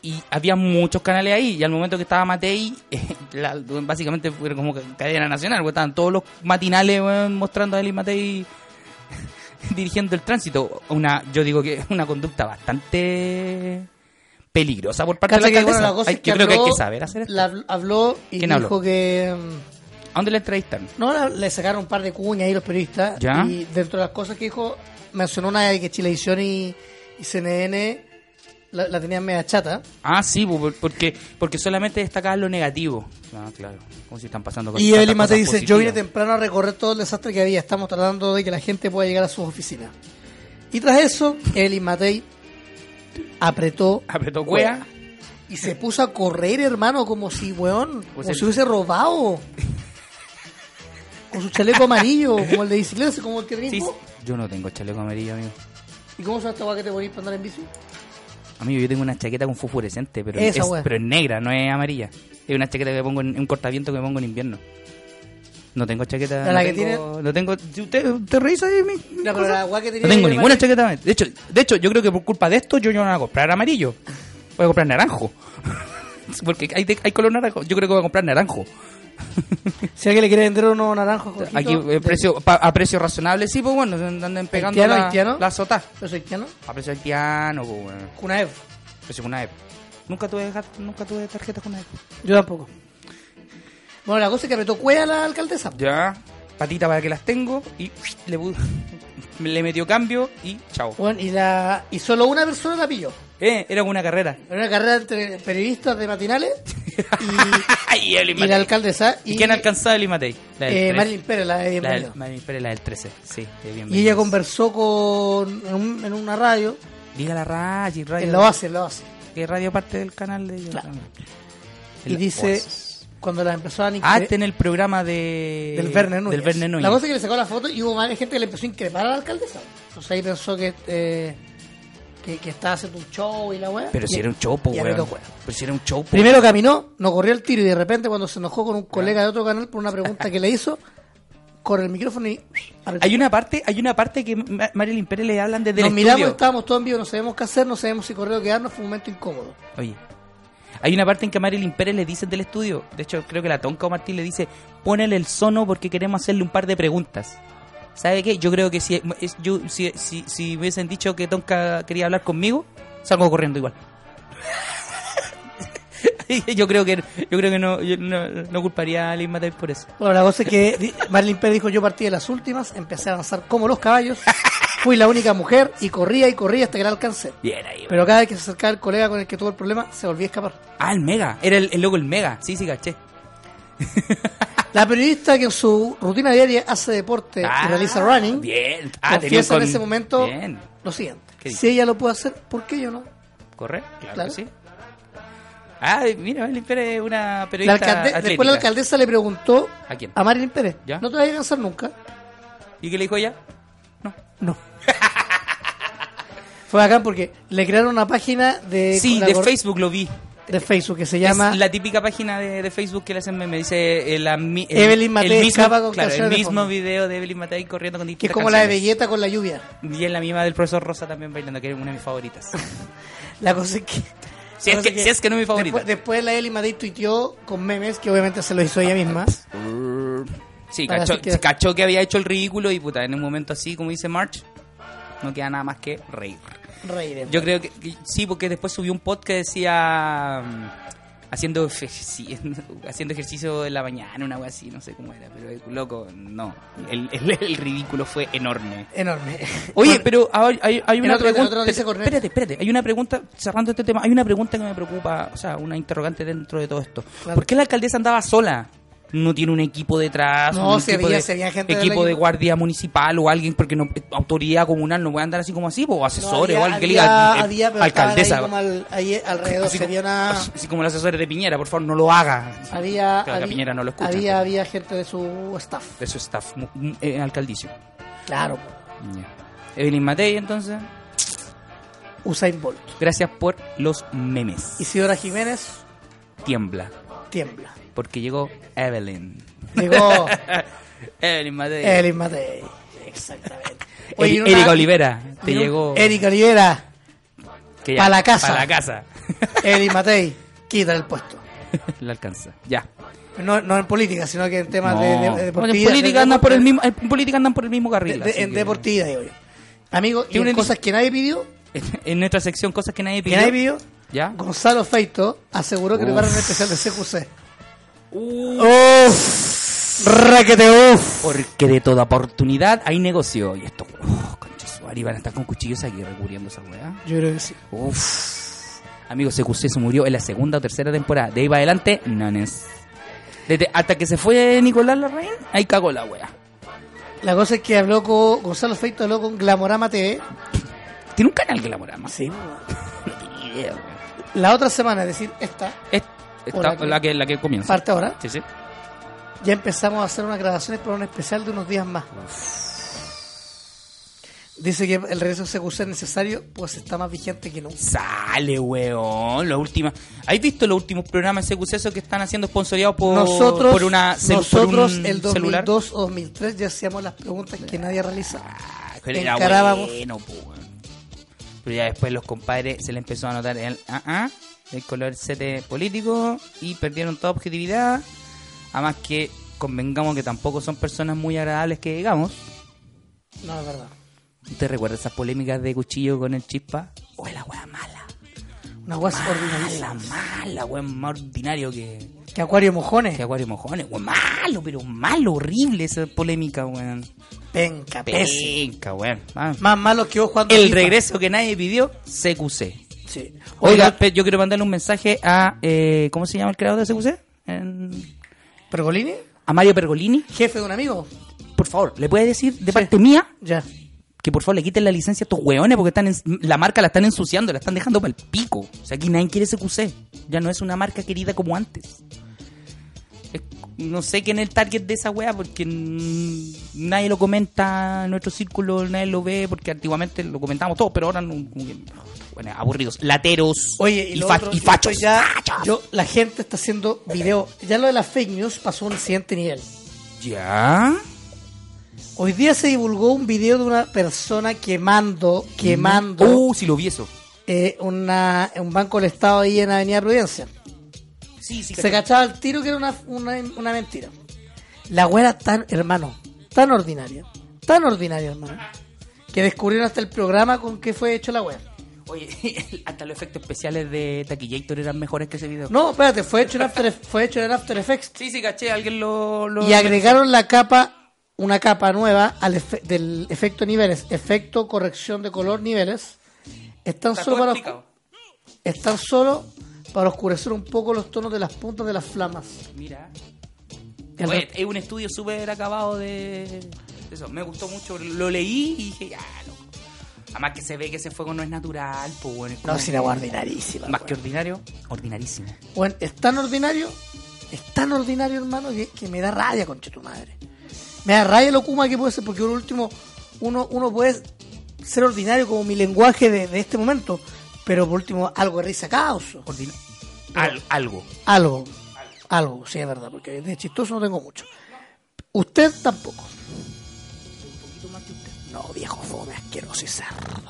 Y había muchos canales ahí, y al momento que estaba Matei, eh, la- básicamente fue como ca- cadena nacional, weón, estaban todos los matinales weón, mostrando a él y Matei dirigiendo el tránsito. Una, yo digo que es una conducta bastante peligrosa por parte Cacha de la que, bueno, alcaldesa. la cosa Hay- es yo creo que hay habló- que saber hacer esto. la- habló y ¿Quién dijo habló? que... mm, ¿A dónde la entrevistaron? No, la- le sacaron un par de cuñas ahí los periodistas. Ya. Y dentro de las cosas que dijo, mencionó una de que Chilevisión y, y CNN la, la tenían media chata. Ah, sí, po- por- porque, porque solamente destacaban lo negativo. Ah, claro. Como si están pasando con Y tantas Evelyn Matei cosas dice, yo vine positivas. temprano a recorrer todo el desastre que había. Estamos tratando de que la gente pueda llegar a sus oficinas. Y tras eso, Evelyn Matei apretó Apretó cuea. y se puso a correr, hermano, como si, weón, como Pues el- si hubiese robado. Con su chaleco amarillo, como el de bicicleta, como el que Sí, tenemos. sí. yo no tengo chaleco amarillo, amigo. ¿Y cómo se esta guay que te ponís para andar en bici? Amigo, yo tengo una chaqueta con fosforescente, pero, Esa es, wea. pero es negra, no es amarilla. Es una chaqueta que me pongo en un cortaviento que me pongo en invierno. No tengo chaqueta. Pero no, la que tengo, no tengo. si Usted, usted revisa ahí mi- mi No, pero cosa. la weá que tenía No tengo ahí, ninguna hermano. chaqueta. De hecho, de hecho, yo creo que por culpa de esto yo no voy a comprar amarillo. Voy a comprar naranjo. Porque hay, de- hay color naranjo. Yo creo que voy a comprar naranjo. Si alguien le quiere vender unos naranjos, Jorgito, Aquí eh, de- precio, pa- a precio razonable, sí, pues bueno, andan pegando ¿Haitiano, la, haitiano? la sota. ¿Pero soy quién, no? A precio haitiano, pues bueno. Cunaev. Precio con Nunca tuve, jar- nunca tuve tarjeta con Yo tampoco. Bueno, la cosa es que apretó cueva a la alcaldesa. Ya, patita para que las tengo y le, pu- le metió cambio y chao. Bueno, y, la, y solo una persona la pilló. Eh, era una carrera. Era una carrera entre periodistas de matinales y, el y, y la alcaldesa. ¿Y quién alcanzaba el Imatei? La del Eh, 13. Marilyn Pérez, la de Diez La del, Marinos. Marilyn Pérez, la del 13. Sí, de bienvenidos. Y ella conversó con, en, un- en una radio, Diga la radio, radio. en la base, en la base. Que radio parte del canal de ellos. Claro. En Y la dice, Oasis. cuando la empezó a Ah, incre- este en el programa de... ¿Eh? del Verne Núñez. Del Verne Núñez. La cosa es que le sacó la foto y hubo varias gente que le empezó a increpar a la alcaldesa. Entonces ahí pensó que, eh, que, que estaba haciendo un show y la weá. Pero si Y- era un chopo, y weón. apretó cueva. Pero si era un pues. chopo. Primero caminó, no corrió el tiro y de repente cuando se enojó con un colega de otro canal por una pregunta que le hizo, corre el micrófono y apretó. Hay una parte, hay una parte que Ma- Marilyn Pérez le hablan desde Nos el miramos, estudio. estábamos todos en vivo, no sabemos qué hacer, no sabemos si correr o quedarnos, fue un momento incómodo. Oye. Hay una parte en que a Marilyn Pérez le dicen del estudio. De hecho, creo que la Tonka o Martín le dice, ponele el sono porque queremos hacerle un par de preguntas. ¿Sabe qué? Yo creo que si, es- yo, si, si, si hubiesen dicho que Tonka quería hablar conmigo, salgo corriendo igual. yo creo que yo creo que no, yo no, no culparía a Liz Matei por eso. Bueno, la cosa es que di- Marilyn Pérez dijo, yo partí de las últimas, empecé a avanzar como los caballos, fui la única mujer y corría y corría hasta que la alcancé. Bien ahí. Pero cada vez que se acercaba el colega con el que tuvo el problema, se volvía a escapar. Ah, el Mega. Era el, el loco el Mega. Sí, sí, caché. La periodista que en su rutina diaria hace deporte Ah, y realiza running, Bien. tenía confiesa en un Ah, con- ese momento Bien. lo siguiente. ¿Qué dice? Si ella lo puede hacer, ¿por qué yo no? Correr, claro, Claro. que sí. Ah, mira, Marilyn Pérez es una La periodista alcalde- atlética. después la alcaldesa le preguntó ¿A quién? a Marilyn Pérez, ¿Ya? ¿no te vas a cansar nunca? ¿Y qué le dijo ella? No. No. Fue acá porque le crearon una página de, sí, Eh, la de cor- Facebook lo vi. de Facebook que se llama Es la típica página de, de Facebook que le hacen meme. Dice eh, la mi- el, Evelyn Matei el mismo, escapa con claro, el canciones de mismo fondo. video de Evelyn Matei corriendo con distintas que es como la de canciones. Belleta con la lluvia. Y es la misma del profesor Rosa también bailando, que era una de mis favoritas. La cosa es que Si es que- si es que no es mi favorita. Después, después la Eli Madrid tuiteó con memes que obviamente se lo hizo ella misma. sí, Para cachó así que... que- cachó que había hecho el ridículo y puta, en un momento así, como dice March, no queda nada más que reír. Reiremos. Yo creo que, que sí, porque después subió un podcast que decía mm, haciendo ejercicio, haciendo ejercicio en la mañana, una wea así, no sé cómo era, pero eh, loco, no. El, el- el ridículo fue enorme. Enorme. Oye, Bueno, pero hay, hay, hay en una otro- en pregunta. otro dice Cornelio. espérate, espérate. Hay una pregunta, cerrando este tema, hay una pregunta que me preocupa, o sea, una interrogante dentro de todo esto. Claro. ¿Por qué la alcaldesa andaba sola? No tiene un equipo detrás, No, un si equipo, había- de, si había gente del equipo de equipo. guardia municipal o alguien, porque no, eh, autoridad comunal no puede andar así como así, po, o asesores había- o alguien que le diga había- eh, había, pero estaban alcaldesa. ahí como al- ahí alrededor Así se como, había una- así como los asesores de Piñera, por favor, no lo haga. había, Claro, que a había- Piñera no lo escucha. había, había gente de su staff. Eso está mu- mu- eh, en alcaldicio. Claro. Ya. Evelyn Matei, entonces, Usain Bolt. gracias por los memes. Isidora Jiménez Tiembla, tiembla. porque llegó Evelyn. Llegó Evelyn Matei. Elin Matei. Exactamente. Eri- Oye, y una- Erika Olivera, te y un- llegó. Erika Olivera, que pa' la casa. pa' la casa. Elin Matei, quita el puesto. la alcanza. Ya. No, no en política, sino que en temas No. de, de- de Bueno, en deportividad, política de- andan por el de- mismo, en política andan por el mismo de- carril. de- así en que- deportividad, digo yo. Amigo, y Tiene en un- cosas que nadie pidió, en nuestra sección cosas que nadie que pidió. nadie pidió, ¿Ya? Gonzalo Feito aseguró que Uf. prepara un especial de CQC. Uh, ¡Uf! ¡Raquete uf! Porque de toda oportunidad hay negocio. Y esto, oh, concha su madre, van a estar con cuchillos aquí recubriendo esa weá. Yo creo que sí. Uff. Amigo, CQC se murió en la segunda o tercera temporada. De ahí para adelante, nanes. Desde, hasta que se fue Nicolás Larraín, ahí cagó la weá. La cosa es que habló con Gonzalo Feito, habló con Glamorama TV. Tiene un canal que la morama. Sí. No tenía idea, weón. La otra semana, es decir, esta, Es- esta- O la que- la, que, la que comienza. parte ahora, Sí, sí. ya empezamos a hacer unas grabaciones para un especial de unos días más. Dice que el regreso de CQC es necesario, pues está más vigente que nunca. Sale, weón. Lo última. ¿Has visto los últimos programas de CQC esos que están haciendo sponsoriados por, nosotros, Oh, por una cel- por nosotros un el 2002 celular? o 2003 ya hacíamos las preguntas que nadie realiza. Ah, pero era encarábamos. bueno, po, weón. Pero ya después los compadres se le empezó a notar el, ah, ah, el color sete político y perdieron toda objetividad. Además que convengamos que tampoco son personas muy agradables que digamos. No, es verdad. ¿Usted recuerda esas polémicas de cuchillo con el chispa? O la wea mala. Una guasa Mala, ordinaria. mala, weón, más ordinario que, Que acuario mojones. que Acuario Mojones, weón. Malo, pero malo, horrible esa polémica, weón. Penca, pésimo. Penca, weón. Ah. Más malo que vos jugando. El FIFA. regreso que nadie pidió, CQC. Sí. Oiga, pe- yo quiero mandarle un mensaje a. eh, ¿Cómo se llama el creador de CQC? En- ¿Pergolini? a Mario Pergolini. ¿Jefe de un amigo? Por favor, ¿le puede decir de Sí. parte mía Ya. que por favor le quiten la licencia a estos hueones porque están en- la marca la están ensuciando, la están dejando para el pico. O sea, aquí nadie quiere CQC. Ya no es una marca querida como antes. Es- No sé quién es el target de esa wea porque mm, nadie lo comenta en nuestro círculo, nadie lo ve porque antiguamente lo comentábamos todos, pero ahora no, como que- bueno, aburridos, lateros Oye, y, lo fa- otro, y y esto fachos. Ya, ¡Fachos! yo, la gente está haciendo video. Ya lo de las fake news pasó a un siguiente nivel. ¿Ya? Hoy día se divulgó un video de una persona quemando, quemando Uh, si lo vi eso. eh, una, un banco del Estado ahí en Avenida Providencia. Sí, sí, Se cachaba el tiro que era una, una, una mentira. La güera tan, hermano, tan ordinaria, tan ordinaria, hermano, que descubrieron hasta el programa con que fue hecho la güera. Oye, hasta los efectos especiales de Taquillator eran mejores que ese video. No, espérate, fue hecho en After, E- fue hecho en After Effects. Sí, sí, caché, alguien lo... lo- Y agregaron la capa, una capa nueva al efe- del efecto niveles, efecto corrección de color niveles. Están Está solo, todo para, explicado. oscu- están solo para oscurecer un poco los tonos de las puntas de las flamas. Mira. El Oye, re- es un estudio súper acabado de... de Eso, me gustó mucho. Lo leí y dije, ya, loco. Además que se ve que ese fuego no es natural, pues bueno. es como- no, si la agua ordinarísima. Más weón. que ordinario, ordinarísimo. Bueno, es tan ordinario, es tan ordinario, hermano, que, que me da rabia, concha tu madre. Me da rabia lo kuma que puede ser, porque por último, uno, uno puede ser ordinario como mi lenguaje de, de este momento, pero por último, algo de risa causa. Ordina- Al- algo. Algo, algo, sí, es verdad, porque de chistoso no tengo mucho. Usted tampoco. No, viejo fome, asqueroso y cerdo.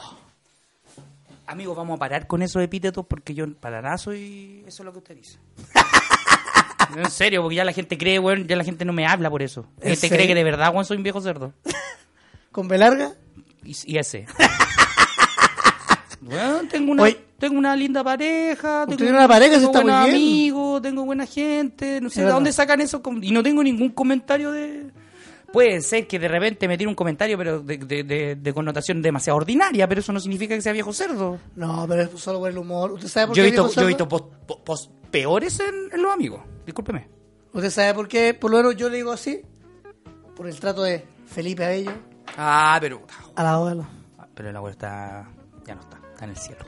Amigos, vamos a parar con esos epítetos porque yo para nada soy... Eso es lo que usted dice. No, En serio, porque ya la gente cree, weón, ya la gente no me habla por eso. La ¿En gente cree serio? que de verdad, weón, soy un viejo cerdo. Con B larga, Y, y ese. Weón, tengo una, Oye. tengo una linda pareja, tengo, tiene una pareja, eso tengo está muy buenos bien. amigos, tengo buena gente, no sé Es de dónde verdad. sacan eso. com- Y no tengo ningún comentario de... Puede ser que de repente me tire un comentario pero de, de- de- de connotación demasiado ordinaria, pero eso no significa que sea viejo cerdo. no, pero es solo por el humor. ¿Usted sabe por Yo he qué visto, viejo yo he cerdo? visto post- po- post peores en, en los amigos. Discúlpeme. ¿Usted sabe por qué? Por lo menos yo le digo así. Por el trato de Felipe Abello Ah, pero. ah, a la abuela. Pero el abuelo está. Ya no está. Está en el cielo.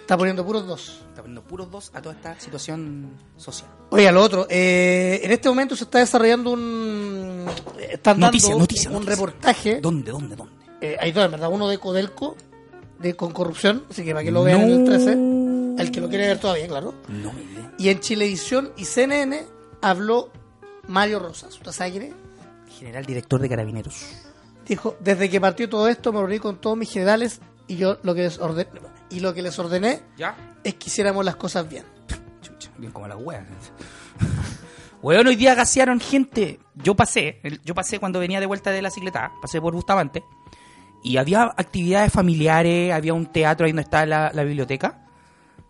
Está poniendo puros dos. Está poniendo puros dos a toda esta situación social. Oiga, lo otro. eh, en este momento se está desarrollando un... Están Noticia, dando noticia, un noticia. reportaje. ¿Dónde, dónde, dónde? Eh, hay dos, en verdad. Uno de Codelco, de con corrupción. Así que para que lo vean en el 13. Al que lo quiere ver todavía, claro. No me digas. Y en Chilevisión y CNN habló Mario Rosas. ¿Usted sabe quién es? General director de carabineros. Dijo, desde que partió todo esto me reuní con todos mis generales y yo lo que les ordené, y lo que les ordené ¿Ya? es que hiciéramos las cosas bien. Chucha, bien como la wea. Weón, hoy día gasearon gente. Yo pasé, el- yo pasé cuando venía de vuelta de la cicleta, pasé por Bustamante. Y había actividades familiares, había un teatro ahí donde está la, la biblioteca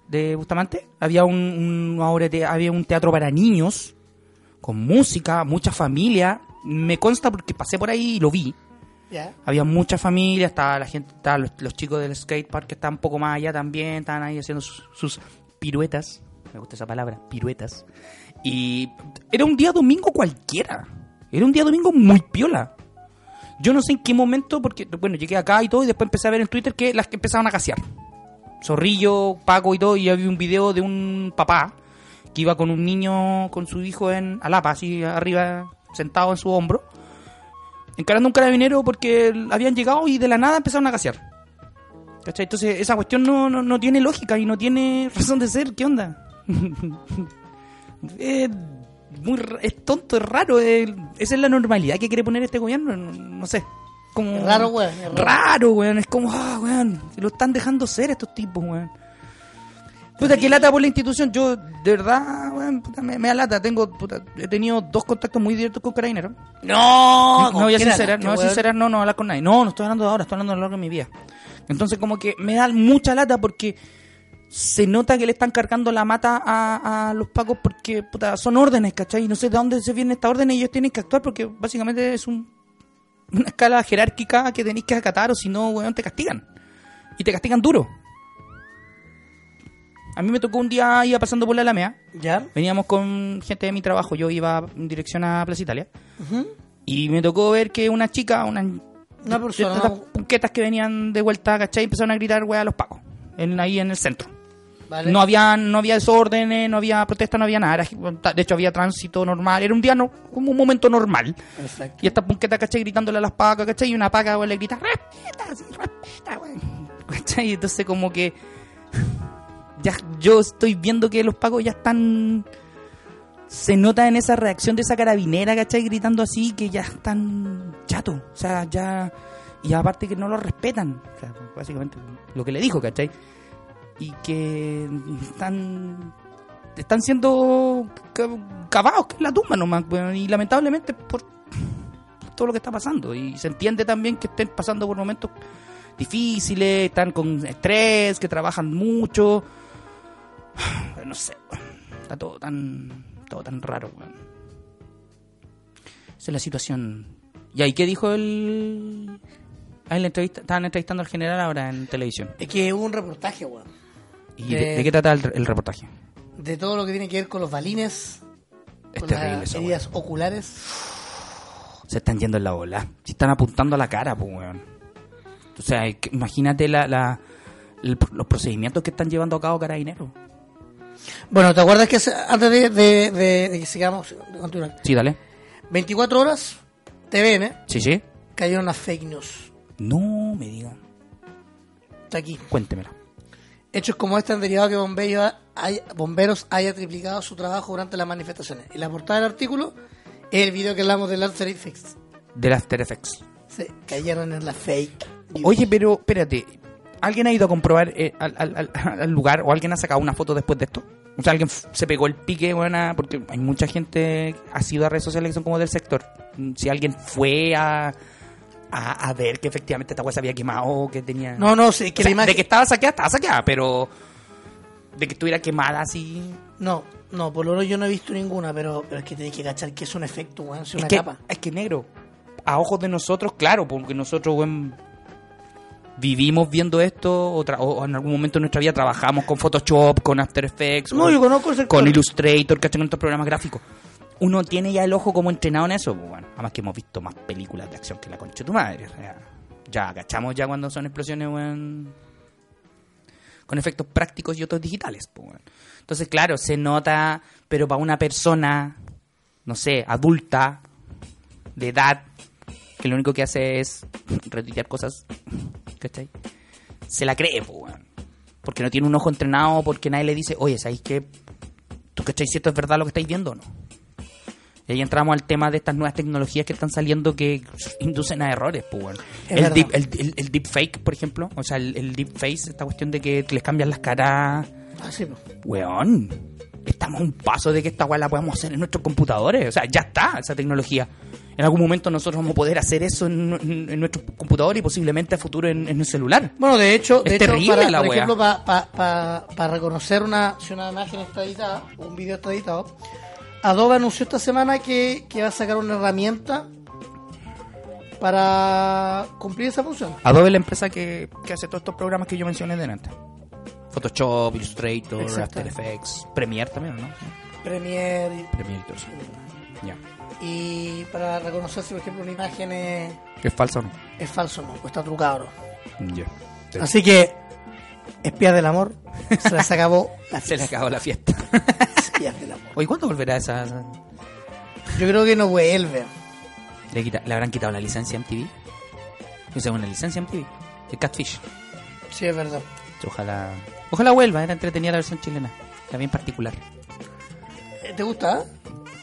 de Bustamante. Había un, un- una obra de te- había un teatro para niños, con música, mucha familia. Me consta porque pasé por ahí y lo vi. ¿Ya? había mucha familia, estaba la gente, estaban los, los chicos del skate park que estaban un poco más allá también, estaban ahí haciendo sus, sus piruetas, me gusta esa palabra, piruetas. Y era un día domingo cualquiera, era un día domingo muy piola. Yo no sé en qué momento, porque bueno, llegué acá y todo, y después empecé a ver en Twitter que las que empezaban a casear. Zorrillo, Paco y todo, y había un video de un papá que iba con un niño, con su hijo en Alapa, así arriba, sentado en su hombro encarando a un carabinero porque habían llegado y de la nada empezaron a gasear. ¿Cachai? Entonces esa cuestión no, no, no tiene lógica y no tiene razón de ser. ¿Qué onda? es, muy, r- es tonto, es raro. es- esa es la normalidad que quiere poner este gobierno. No, no sé. Como, Es raro, weón, es raro. Raro, weón. Es como, ah, weón. Lo están dejando ser estos tipos, weón. Puta, que lata por la institución. Yo, de verdad, weón, puta, me, me da lata. Tengo, puta, he tenido dos contactos muy directos con carabineros. No, No voy a sincerar, sincerar, no voy a sincerar, no, no voy a hablar con nadie. No, no estoy hablando de ahora, estoy hablando de lo largo de mi vida. Entonces, como que me da mucha lata porque se nota que le están cargando la mata a, a los pacos porque puta, son órdenes, ¿cachai? Y no sé de dónde se vienen estas órdenes y ellos tienen que actuar porque básicamente es un- una escala jerárquica que tenéis que acatar o si no, weón, te castigan. Y te castigan duro. A mí me tocó un día, iba pasando por la Alamea, ¿Ya? veníamos con gente de mi trabajo, yo iba en dirección a Plaza Italia. Y me tocó ver que una chica, una, Una persona, de estas una- punquetas que venían de vuelta, ¿cachai? Empezaron a gritar, weá, a los pacos, en, ahí en el centro. Vale. No, había, no había desórdenes, no había protesta, no había nada. Era- de hecho, había tránsito normal. Era un día, no, como un momento normal. Perfecto. Y esta punqueta, ¿cachai? Gritándole a las pacas, ¿cachai? Y una paca, weón, le grita, respeta, sí, respeta, weón. ¿Cachai? Entonces como que... Ya, yo estoy viendo que los pacos ya están... Se nota en esa reacción de esa carabinera, ¿cachai? Gritando así, que ya están chato. O sea, ya... Y aparte que no lo respetan. O sea, básicamente lo que le dijo, ¿cachai? Y que están... Están siendo ca- cavados que en la tumba nomás, weón. y lamentablemente por todo lo que está pasando. Y se entiende también que estén pasando por momentos difíciles, están con estrés, que trabajan mucho. No sé, weón. está todo tan, todo tan raro. weón. Esa es la situación. ¿Y ahí qué dijo el...? Ah, en la entrevista, estaban entrevistando al general ahora en televisión. Es que hubo un reportaje, weón. ¿Y de, Eh, de qué trata el, el reportaje? De todo lo que tiene que ver con los balines, Es con terrible las esa heridas oculares. se están yendo en la bola. Se están apuntando a la cara, pues, weón. O sea, que- imagínate la, la- el- los procedimientos que están llevando a cabo Carabineros. Bueno, ¿te acuerdas que se- antes de, de- de- de que sigamos, de continuar? Sí, dale. 24 horas, TVN, Sí, sí. cayeron las fake news. No me digan. Está aquí. Cuéntemela. Hechos como este han derivado que bomberos haya, bomberos haya triplicado su trabajo durante las manifestaciones. Y la portada del artículo es el video que hablamos de Lancer Effects. Del After Effects. Se cayeron en la fake. news. Oye, pero espérate. ¿Alguien ha ido a comprobar eh, al, al- al- al lugar o alguien ha sacado una foto después de esto? O sea, alguien f- se pegó el pique, buena, porque hay mucha gente ha sido a redes sociales que son como del sector. Mm, Si alguien fue a, a, a ver que efectivamente esta weá se había quemado o que tenía. No, no, sí, es que O sea, la imagen... De que estaba saqueada, estaba saqueada, pero de que estuviera quemada así. No, no, por lo menos yo no he visto ninguna, pero, pero es que tenéis que cachar que es un efecto, weón, es Es una que, capa. es que negro, a ojos de nosotros, claro, porque nosotros, weón, vivimos viendo esto, o, tra- o en algún momento de nuestra vida trabajamos con Photoshop, con After Effects, No, con, yo conozco el sector. con Illustrator, que estos programas gráficos. Uno tiene ya el ojo como entrenado en eso, pues, bueno, además que hemos visto más películas de acción que la concha de tu madre. o sea, ya agachamos ya cuando son explosiones, weón. con efectos prácticos y otros digitales. po, weón. Entonces, claro, se nota, pero para una persona, no sé, adulta, de edad, que lo único que hace es retuitear cosas, ¿cachai? Se la cree, po, weón. porque no tiene un ojo entrenado, porque nadie le dice, oye, ¿sabéis qué? ¿Tú cachai si esto es verdad lo que estáis viendo o no? Y ahí entramos al tema de estas nuevas tecnologías que están saliendo que inducen a errores, pues, weón. Es El, verdad. deep- el, el, el deepfake, por ejemplo, o sea, el, el deepface, esta cuestión de que les cambian las caras, Ah, sí, po. weón, estamos a un paso de que esta weá la podemos hacer en nuestros computadores, o sea, ya está esa tecnología. En algún momento nosotros vamos a poder hacer eso en, en- en nuestro computador y posiblemente a futuro en, en un celular. Bueno, de hecho, de Es hecho, terrible para, la por wea. ejemplo, para reconocer una, si una imagen está editada, un video está editado, Adobe anunció esta semana que, que va a sacar una herramienta para cumplir esa función. Adobe es la empresa que, que hace todos estos programas que yo mencioné delante. Photoshop, Illustrator, Exacto. After Effects, Premiere también, ¿no? Premiere Premiere, sí. Ya. y para reconocer si, por ejemplo, una imagen es, ¿Es falso o no? es falso o no, o está trucado o no. Ya. Así que, espías del amor, se las acabó las Ah, Se le acabó la fiesta. espías del amor. Oye, ¿cuándo volverá esa...? Yo creo que no vuelve. ¿Le, quita- le habrán quitado la licencia MTV? Esa es una licencia MTV. El Catfish. Sí, es verdad. Ojalá, ojalá vuelva, era entretenida la versión chilena. Era bien particular. Eh, ¿Te gusta? ah?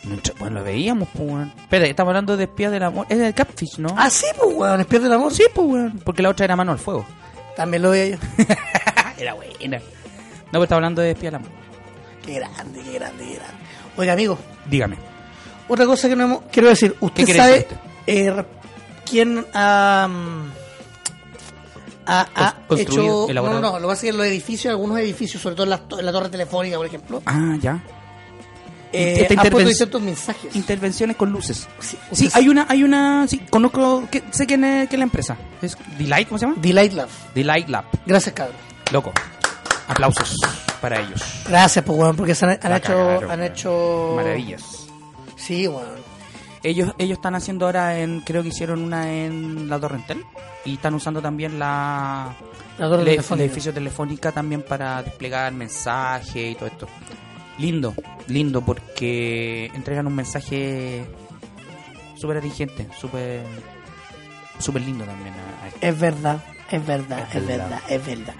No, ch- Bueno, lo veíamos, pues, weón. Espera, estamos hablando de espías del amor. Es del Catfish, ¿no? Ah, sí, pues, weón. Espías del amor. Sí, pues, weón. porque la otra era Mano al Fuego. También lo veía yo. era buena. No, pero estaba hablando de espía del amor. qué grande, qué grande, qué grande. Oiga, amigo, Dígame. otra cosa que no hemos. Quiero decir, ¿usted quiere sabe decir eh, re- quién am, ha, ha Cons- construido, hecho. No, no, elaborado. no. Lo que pasa es que en los edificios, algunos edificios, sobre todo en, las to- en la torre telefónica, por ejemplo, Ah, ya. eh, Esta han puesto intervención- distintos mensajes. Intervenciones con luces. Sí, Sí, usted- hay una, hay una, sí, conozco, que, sé quién es, quién es la empresa. ¿Es Delight, cómo se llama? Delight Love. Delight Lab. Gracias, cabrón. Loco. Aplausos para ellos. Gracias, pues, weón, porque se han, han La hecho. cagaron, han weón. hecho. Maravillas. Sí, weón. Ellos, ellos están haciendo ahora en, creo que hicieron una en la Torrentel y están usando también la, La torre el, ed- el telefónica. edificio telefónica también para desplegar mensajes y todo esto. Lindo, lindo porque entregan un mensaje súper atingente, súper súper lindo también. a- a esto. Es verdad, es verdad, Es es verdad. verdad, es verdad.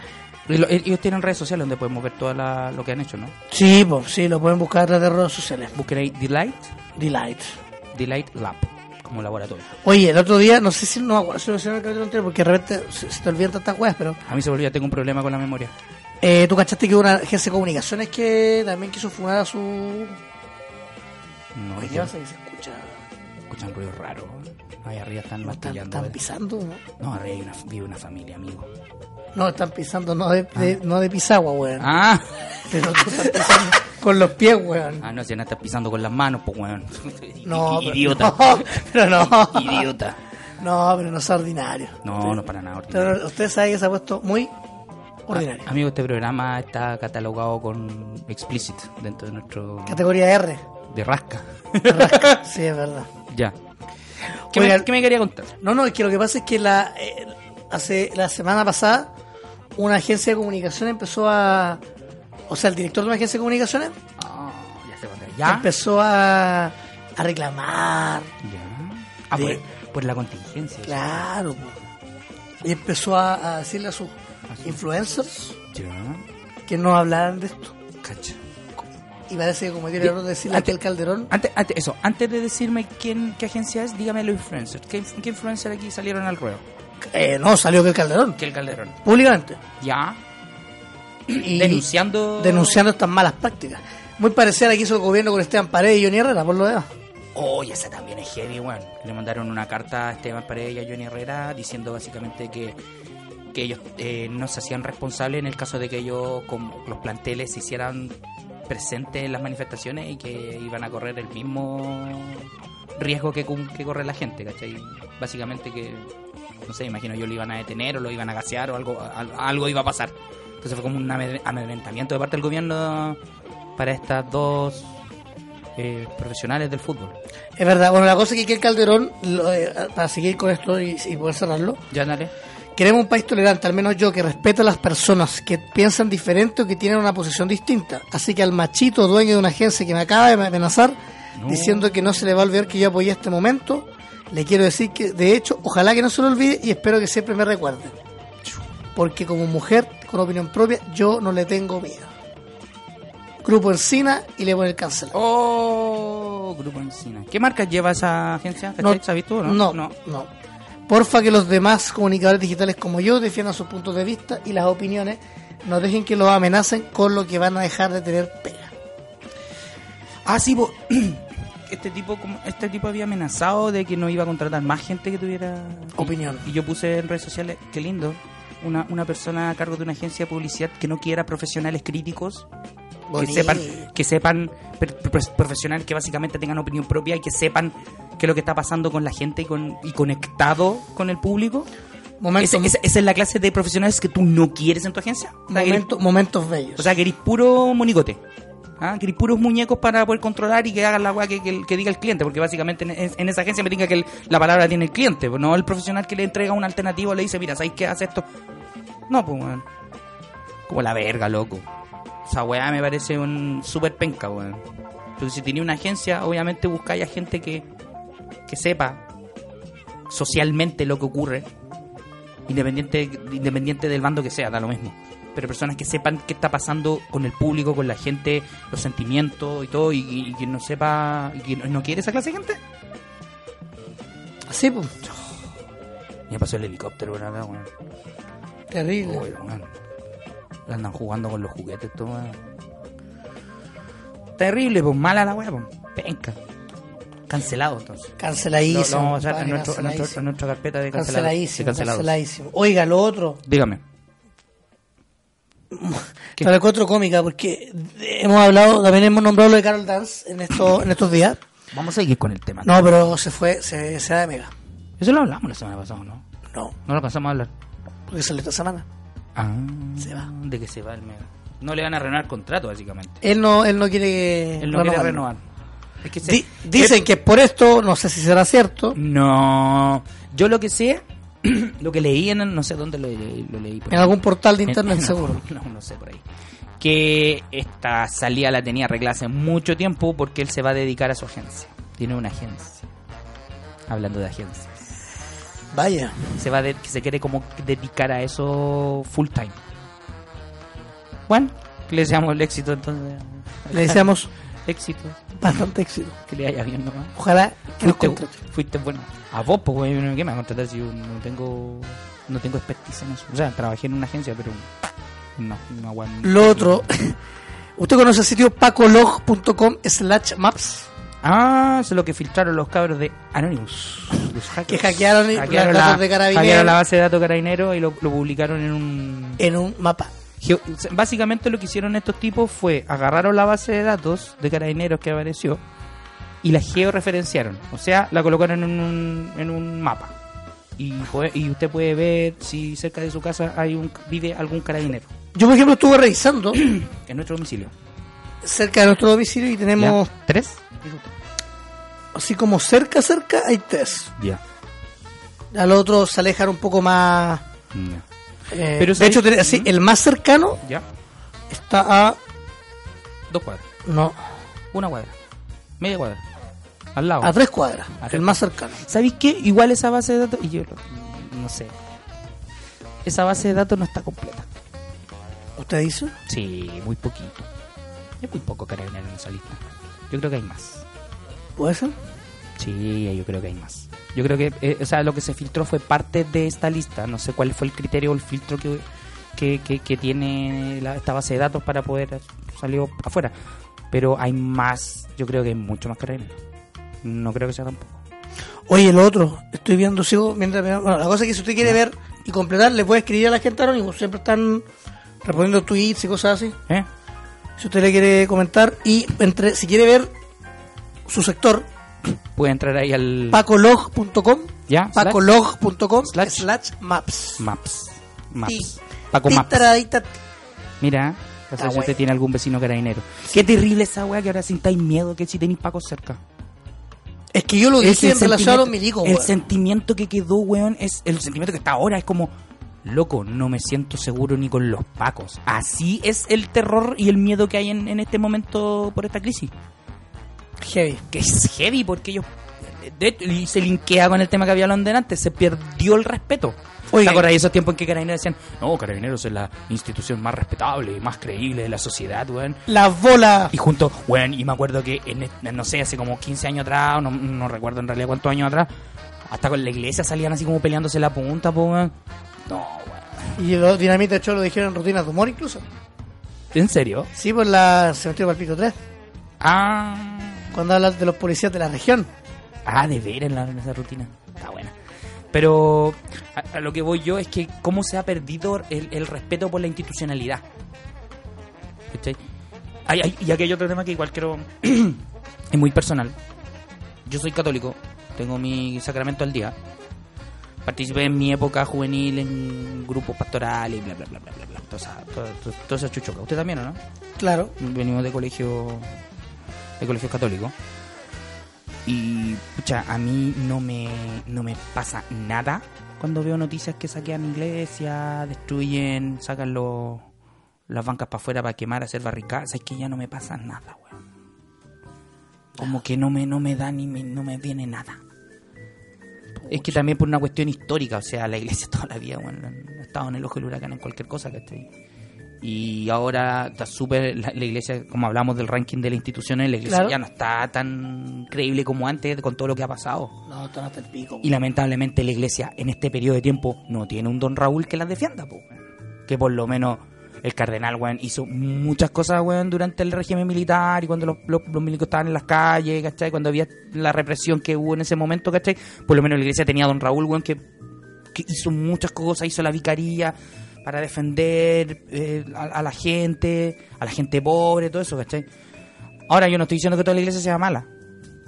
Y lo- ellos tienen redes sociales donde podemos ver todo lo que han hecho, ¿no? Sí, pues, sí, lo pueden buscar a través de redes sociales. Busquen ahí Delight, Delight. Delight Lab como laboratorio. Oye, el otro día, no sé si no me acuerdo si lo mencioné en el capítulo anterior, porque de repente se, se te olvidan tantas weas, pero A mí se me olvida, tengo un problema con la memoria. eh, tú cachaste que hubo una agencia de comunicaciones que también quiso funar a su. No, Oye, ¿qué pasa? Que se escucha. escuchan ruido raro. Ahí arriba están No, están, martillando. eh. están pisando, ¿no? No, arriba hay una, vive una familia, amigo. No, están pisando, no de, de- no de pisagua, weón. Ah, Pero que están pisando con los pies, weón. ah no, si no estás pisando con las manos, pues weón. No, pero- Idiota. no, pero no. Idiota. No, pero no es ordinario. No, no para nada. ordinario. Pero usted sabe que se ha puesto muy Ah, ordinario. amigo, este programa está catalogado con explicit dentro de nuestro. Categoría R. de rasca. sí, es verdad. ya. ¿Qué, Oigan. me, qué me quería contar? No, no, es que lo que pasa es que la eh, hace la semana pasada una agencia de comunicación empezó a o sea, el director de una agencia de comunicaciones Ah, ya se conté. Ya. empezó a, a reclamar, Ya. Ah, De- por, por la contingencia. claro. po. Y empezó a, a decirle a sus influencers Ya. que no hablaran de esto. Cacha. Y parece que cometió el error de decirle a Antes- aquel Calderón Antes, antes- eso, antes de decirme quién, qué agencia es, dígame los influencers. ¿Qué, inf- qué influencer aquí salieron al ruedo? eh, no, salió aquel Calderón Que el Calderón. públicamente Ya. y Denunciando. denunciando estas malas prácticas. Muy parecida a la que hizo el gobierno con Esteban Paredes y Johnny Herrera, por lo demás. Oye, Oh, esa también es heavy, weón. Le mandaron una carta a Esteban Paredes y a Johnny Herrera diciendo básicamente que, que ellos eh, no se hacían responsables en el caso de que ellos, como los planteles, se hicieran presentes en las manifestaciones y que iban a correr el mismo riesgo que, cum- que corre la gente, ¿cachai? Básicamente que, no sé, imagino yo lo iban a detener o lo iban a gasear o algo, al- algo iba a pasar. Entonces fue como un amedre- amedrentamiento de parte del gobierno para estas dos eh, profesionales del fútbol. Es verdad, bueno, la cosa es que aquí el Calderón, lo, eh, para seguir con esto y, y poder cerrarlo, Ya, dale. queremos un país tolerante, al menos yo, que respeta a las personas que piensan diferente o que tienen una posición distinta. Así que al machito dueño de una agencia que me acaba de amenazar, No. diciendo que no se le va a olvidar que yo apoyé este momento, le quiero decir que, de hecho, ojalá que no se lo olvide y espero que siempre me recuerde. Porque como mujer, con opinión propia, yo no le tengo miedo. Grupo Encina y le pone el cancelar. Oh, Grupo Encina. ¿Qué marcas lleva esa agencia? No, ¿Cachai? ¿Sabes tú? o No, no, no. Porfa que los demás comunicadores digitales como yo defiendan sus puntos de vista y las opiniones. No dejen que los amenacen con lo que van a dejar de tener pega. Ah, sí, po. este tipo como- este tipo había amenazado de que no iba a contratar más gente que tuviera Opinión. Y yo puse en redes sociales, qué lindo, una, una persona a cargo de una agencia de publicidad que no quiera profesionales críticos, que Bonito. sepan, que sepan per- per- profesionales que básicamente tengan opinión propia y que sepan qué es lo que está pasando con la gente y, con, y conectado con el público. Momento- Ese- esa, esa es la clase de profesionales que tú no quieres en tu agencia. O sea, que eres- momento- momentos bellos. O sea, querís puro monigote. ¿Ah? Querís puros muñecos para poder controlar y que hagan la weá que, que- que diga el cliente. Porque básicamente en, en esa agencia me diga que el- la palabra tiene el cliente, pues, no el profesional que le entrega una alternativa o le dice, mira, ¿sabes qué hace esto? No, pues, weón. Como la verga, loco. Esa weá me parece un súper penca, weón. Porque si tenía una agencia, obviamente buscáis a gente que, que sepa socialmente lo que ocurre, independiente, independiente del bando que sea, da lo mismo. Pero personas que sepan qué está pasando con el público, con la gente, los sentimientos y todo, y, y- y quien no sepa, y quien no- no quiere esa clase de gente, Sí, pues. me pasó el helicóptero, weón, acá, weón. Terrible. Oye, weón. Andan jugando con los juguetes, todo, weón. Terrible, pues mala la weá, pues. Penca. Cancelado, entonces. Lo, lo Canceladísimo. vamos a pasar compadre, en, nuestro- en nuestro- en canceladísimo. nuestra carpeta de cancelados. de Canceladísimo, cancelados. canceladísimo. Oiga, lo otro, Dígame. ¿Qué? te la encuentro cómica porque hemos hablado, también hemos nombrado lo de Carol Dance en, esto, en estos días. Vamos a seguir con el tema. No, pero se fue, se, se da de mega. Eso lo hablamos la semana pasada, ¿no? No, No lo pasamos a hablar. porque salió esta semana. Ah, Se va. De que se va el mega. No le van a renovar contrato, básicamente. Él no, él no quiere Él no quiere Eh, renovarlo. renovar. Es que se- Di- dicen que por esto, no sé si será cierto, Mm. No. Yo lo que sé, lo que leí en. No sé dónde lo leí. Lo leí por en ahí. algún portal de En- internet Eh, no, seguro. No, no sé por ahí. Que esta salida la tenía arreglada hace mucho tiempo porque él se va a dedicar a su agencia. Tiene una agencia. Hablando de agencia. Vaya, se va de- que se quiere como dedicar a eso full time. Bueno, que le deseamos el éxito entonces. le deseamos éxito, bastante éxito. que le vaya bien nomás. Ojalá que nos Fuiste, contrate. fuiste bueno. A vos, pues, güey, ¿qué me va a contratar si yo no tengo, no tengo expertise en eso? O sea, trabajé en una agencia, pero no, no aguanto. Lo otro, ¿usted conoce el sitio pacolog.com slash maps? Ah, eso es lo que filtraron los cabros de Anonymous. los hackers. Que hackearon y- las la, bases de carabineros. hackearon la base de datos carabinero y lo, lo publicaron en un... En un mapa. Geo- Básicamente lo que hicieron estos tipos fue agarraron la base de datos de carabineros que apareció y la georreferenciaron. O sea, la colocaron en un, en un mapa. Y, puede- y usted puede ver si cerca de su casa hay un vive algún carabinero Yo, por ejemplo, estuve revisando en nuestro domicilio. cerca de nuestro domicilio y ¿Ya? tenemos, ¿Tres? así como cerca, cerca, hay tres. Ya. Al otro se alejan un poco más. eh, Pero Mm. de sabéis- hecho, ten- así, el más cercano Ya. está a. Dos cuadras. No, Una cuadra. Media cuadra. Al lado. a tres cuadras. A tres. El más cercano. ¿Sabéis qué? Igual esa base de datos. Y yo lo- no sé. Esa base de datos no está completa. ¿Usted dice? Sí, muy poquito. Es muy poco carabinero en esa lista. Yo creo que hay más. ¿Puede ser? Sí, yo creo que hay más. Yo creo que, eh, o sea, lo que se filtró fue parte de esta lista. No sé cuál fue el criterio o el filtro que, que, que- que tiene la- esta base de datos para poder salir afuera. Pero hay más, yo creo que hay mucho más carabineros. No creo que sea tampoco. Oye, lo otro, estoy viendo, sigo mientras. Bueno, la cosa es que si usted quiere ver y completar, le puede escribir a la gente anónimo. Siempre están respondiendo tweets y cosas así. ¿Eh? Si usted le quiere comentar y entre, si quiere ver su sector, Puede entrar ahí al pacolog.com, Ya, slash. pacolog.com Slash. slash, maps. Maps. Maps. Y- Paco Maps. Titaradita- Mira, no Está sé si usted bueno. tiene algún vecino carabinero. Qué terrible esa weá que ahora sintáis miedo que si tenéis Paco cerca. Es que yo lo Ese dije en relación a los sentimiento- milicos, El weón. sentimiento que quedó, weón, es el sentimiento que está ahora. Es como, loco, no me siento seguro ni con los pacos. Así es el terror y el miedo que hay en, en este momento por esta crisis. Heavy. Que es heavy porque ellos. de hecho, y se linkea con el tema que había hablado antes. Se perdió el respeto. Oiga. ¿Te acordás de esos tiempos en que Carabineros decían, no, Carabineros es la institución más respetable y más creíble de la sociedad, weón? La bola. Y junto, bueno, y me acuerdo que, en, este- no sé, hace como 15 años atrás, no, no recuerdo en realidad cuántos años atrás, hasta con la iglesia salían así como peleándose la punta, po, weón. No, weón. Y los Dinamita Show lo dijeron en rutina de humor incluso. ¿En serio? Sí, por la Cementerio Palpito 3. Ah, Cuando hablan de los policías de la región. ah de ver en, la, en esa rutina. Está buena. Pero a, a lo que voy yo es que cómo se ha perdido el, el respeto por la institucionalidad. ¿Cachai? Ay, ay, y aquí hay otro tema que igual quiero... es muy personal. Yo soy católico, tengo mi sacramento al día. Participé en mi época juvenil en grupos pastorales, bla, bla, bla, bla, bla, bla. Toda esa, toda- toda- toda esa chuchoca. ¿Usted también o no? Claro. venimos de colegio de colegio católico y pucha a mí no me no me pasa nada cuando veo noticias que saquean iglesias destruyen sacan los las bancas para afuera para quemar hacer barricadas es que ya no me pasa nada weón. como que no me no me da ni me, no me viene nada Es que también por una cuestión histórica, o sea, la iglesia toda la vida bueno, ha estado en el ojo del huracán en cualquier cosa, ¿cachai? Y ahora está súper, la, la iglesia, como hablamos del ranking de las instituciones, la iglesia Claro. ya no está tan creíble como antes con todo lo que ha pasado. No, están hasta el pico. Y lamentablemente la iglesia en este periodo de tiempo no tiene un don Raúl que las defienda, po, weón. que por lo menos el cardenal weón, hizo muchas cosas weón, durante el régimen militar y cuando los, los, los milicos estaban en las calles, ¿cachai? cuando había la represión que hubo en ese momento, ¿cachai? por lo menos la iglesia tenía a don Raúl weón, que, que hizo muchas cosas, hizo la vicaría para defender eh, a, a la gente, a la gente pobre, todo eso, ¿cachai? Ahora, yo no estoy diciendo que toda la iglesia sea mala.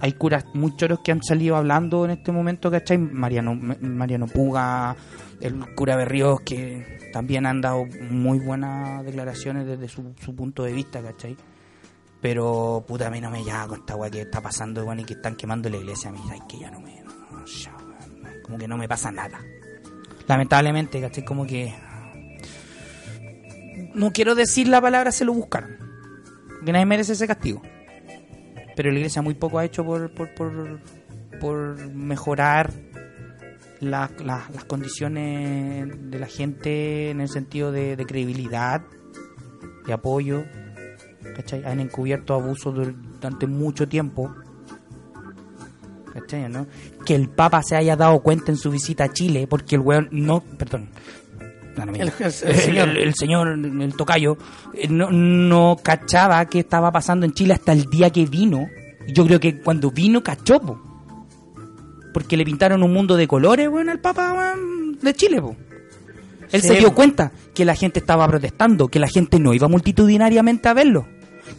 Hay curas muy choros que han salido hablando en este momento, ¿cachai? Mariano, M- Mariano Puga, el cura Berríos, que también han dado muy buenas declaraciones desde su, su punto de vista, ¿cachai? Pero, puta, a mí no me llama con esta weá que está pasando, weón, y que están quemando la iglesia. A mí, ay, que ya no me... no, ya, weón, como que no me pasa nada. Lamentablemente, ¿cachai? Como que... No quiero decir la palabra, se lo buscaron. Que nadie merece ese castigo pero la iglesia muy poco ha hecho por, por, por, por mejorar la- la- las condiciones de la gente en el sentido de, de credibilidad, de apoyo. ¿cachai? Han encubierto abusos dur- durante mucho tiempo. ¿cachai, no? Que el Papa se haya dado cuenta en su visita a Chile, porque el weón no. Perdón. No, no, mira. El- el- el señor. el- el señor, el tocayo, eh, no, no cachaba qué estaba pasando en Chile hasta el día que vino. Yo creo que cuando vino cachó, po. porque le pintaron un mundo de colores, weón, al Papa weón, de Chile, po. Él Sí, se dio po. cuenta que la gente estaba protestando, que la gente no iba multitudinariamente a verlo,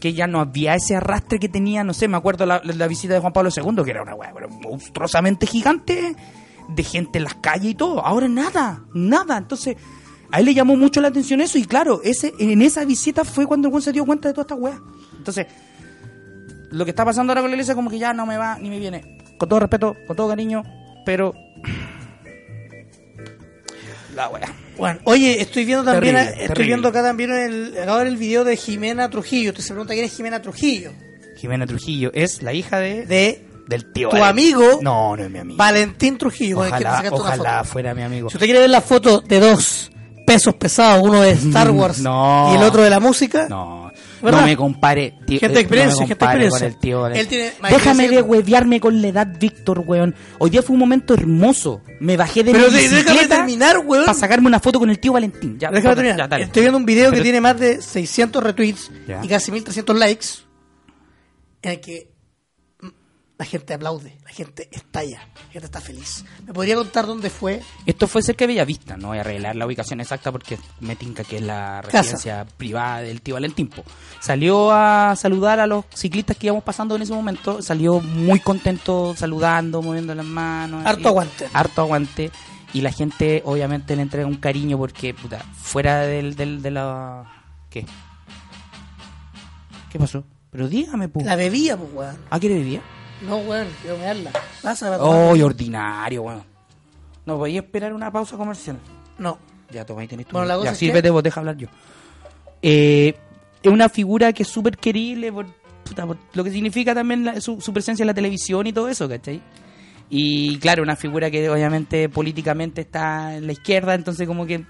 que ya no había ese arrastre que tenía, no sé, me acuerdo la, la- la visita de Juan Pablo II, que era una weá pero monstruosamente gigante, de gente en las calles y todo. Ahora nada, nada. Entonces, a él le llamó mucho la atención eso, y claro, ese en esa visita fue cuando el weón se dio cuenta de toda esta weá. Entonces, lo que está pasando ahora con la iglesia como que ya no me va ni me viene. Con todo respeto, con todo cariño, pero... La weá. Bueno, oye, estoy viendo también, Terrible, estoy terrible. viendo acá también el, acabo de ver el video de Jimena Trujillo. Usted se pregunta quién es Jimena Trujillo. Jimena Trujillo es la hija de, De del tío. tu Valen- amigo- No, no es mi amigo. Valentín Trujillo. con el que te ojalá sacaste una ojalá foto. fuera mi amigo. Si usted quiere ver la foto de dos pesos pesados, uno de Star Mm, Wars no. y el otro de la música, No, ¿Verdad? no me compare. Tío, Gente de eh, experiencia, no me gente de compare experiencia. Con el tío Valen- Él tiene- Déjame de imagínese- huevearme con la edad, Víctor, weón. Hoy día fue un momento hermoso. Me bajé de Pero mi de- déjame bicicleta terminar, weón. Para sacarme una foto con el tío Valentín. Ya, Déjame foto, terminar. ya, dale. Estoy viendo un video que Pero- tiene más de 600 retweets Ya. y casi 1300 likes. En el que mm, la gente aplaude, la gente estalla, la gente está feliz. ¿Me podría contar dónde fue? Esto fue cerca de Bellavista, no voy a revelar la ubicación exacta porque me tinca que es la Casa. residencia privada del tío Valentín. po. Salió a saludar a los ciclistas que íbamos pasando en ese momento, salió muy contento saludando, moviendo las manos. Harto así. aguante. Harto aguante. Y la gente obviamente le entrega un cariño porque, puta, fuera del, del- de la... ¿Qué? ¿Qué pasó? Pero dígame, pu. La bebía, pues, weón. ¿A qué le bebía? No, weón, quiero mearla. Pásala, ¡Oh, ordinario, weón! No podía esperar una pausa comercial. No. Ya, toma ahí tenés tu- Bueno, la cosa Ya, es sí, que- vete vos, deja hablar yo. Eh, es una figura que es súper querible por, puta, por lo que significa también la- su, su presencia en la televisión y todo eso, ¿cachai? Y claro, una figura que obviamente políticamente está en la izquierda, entonces como que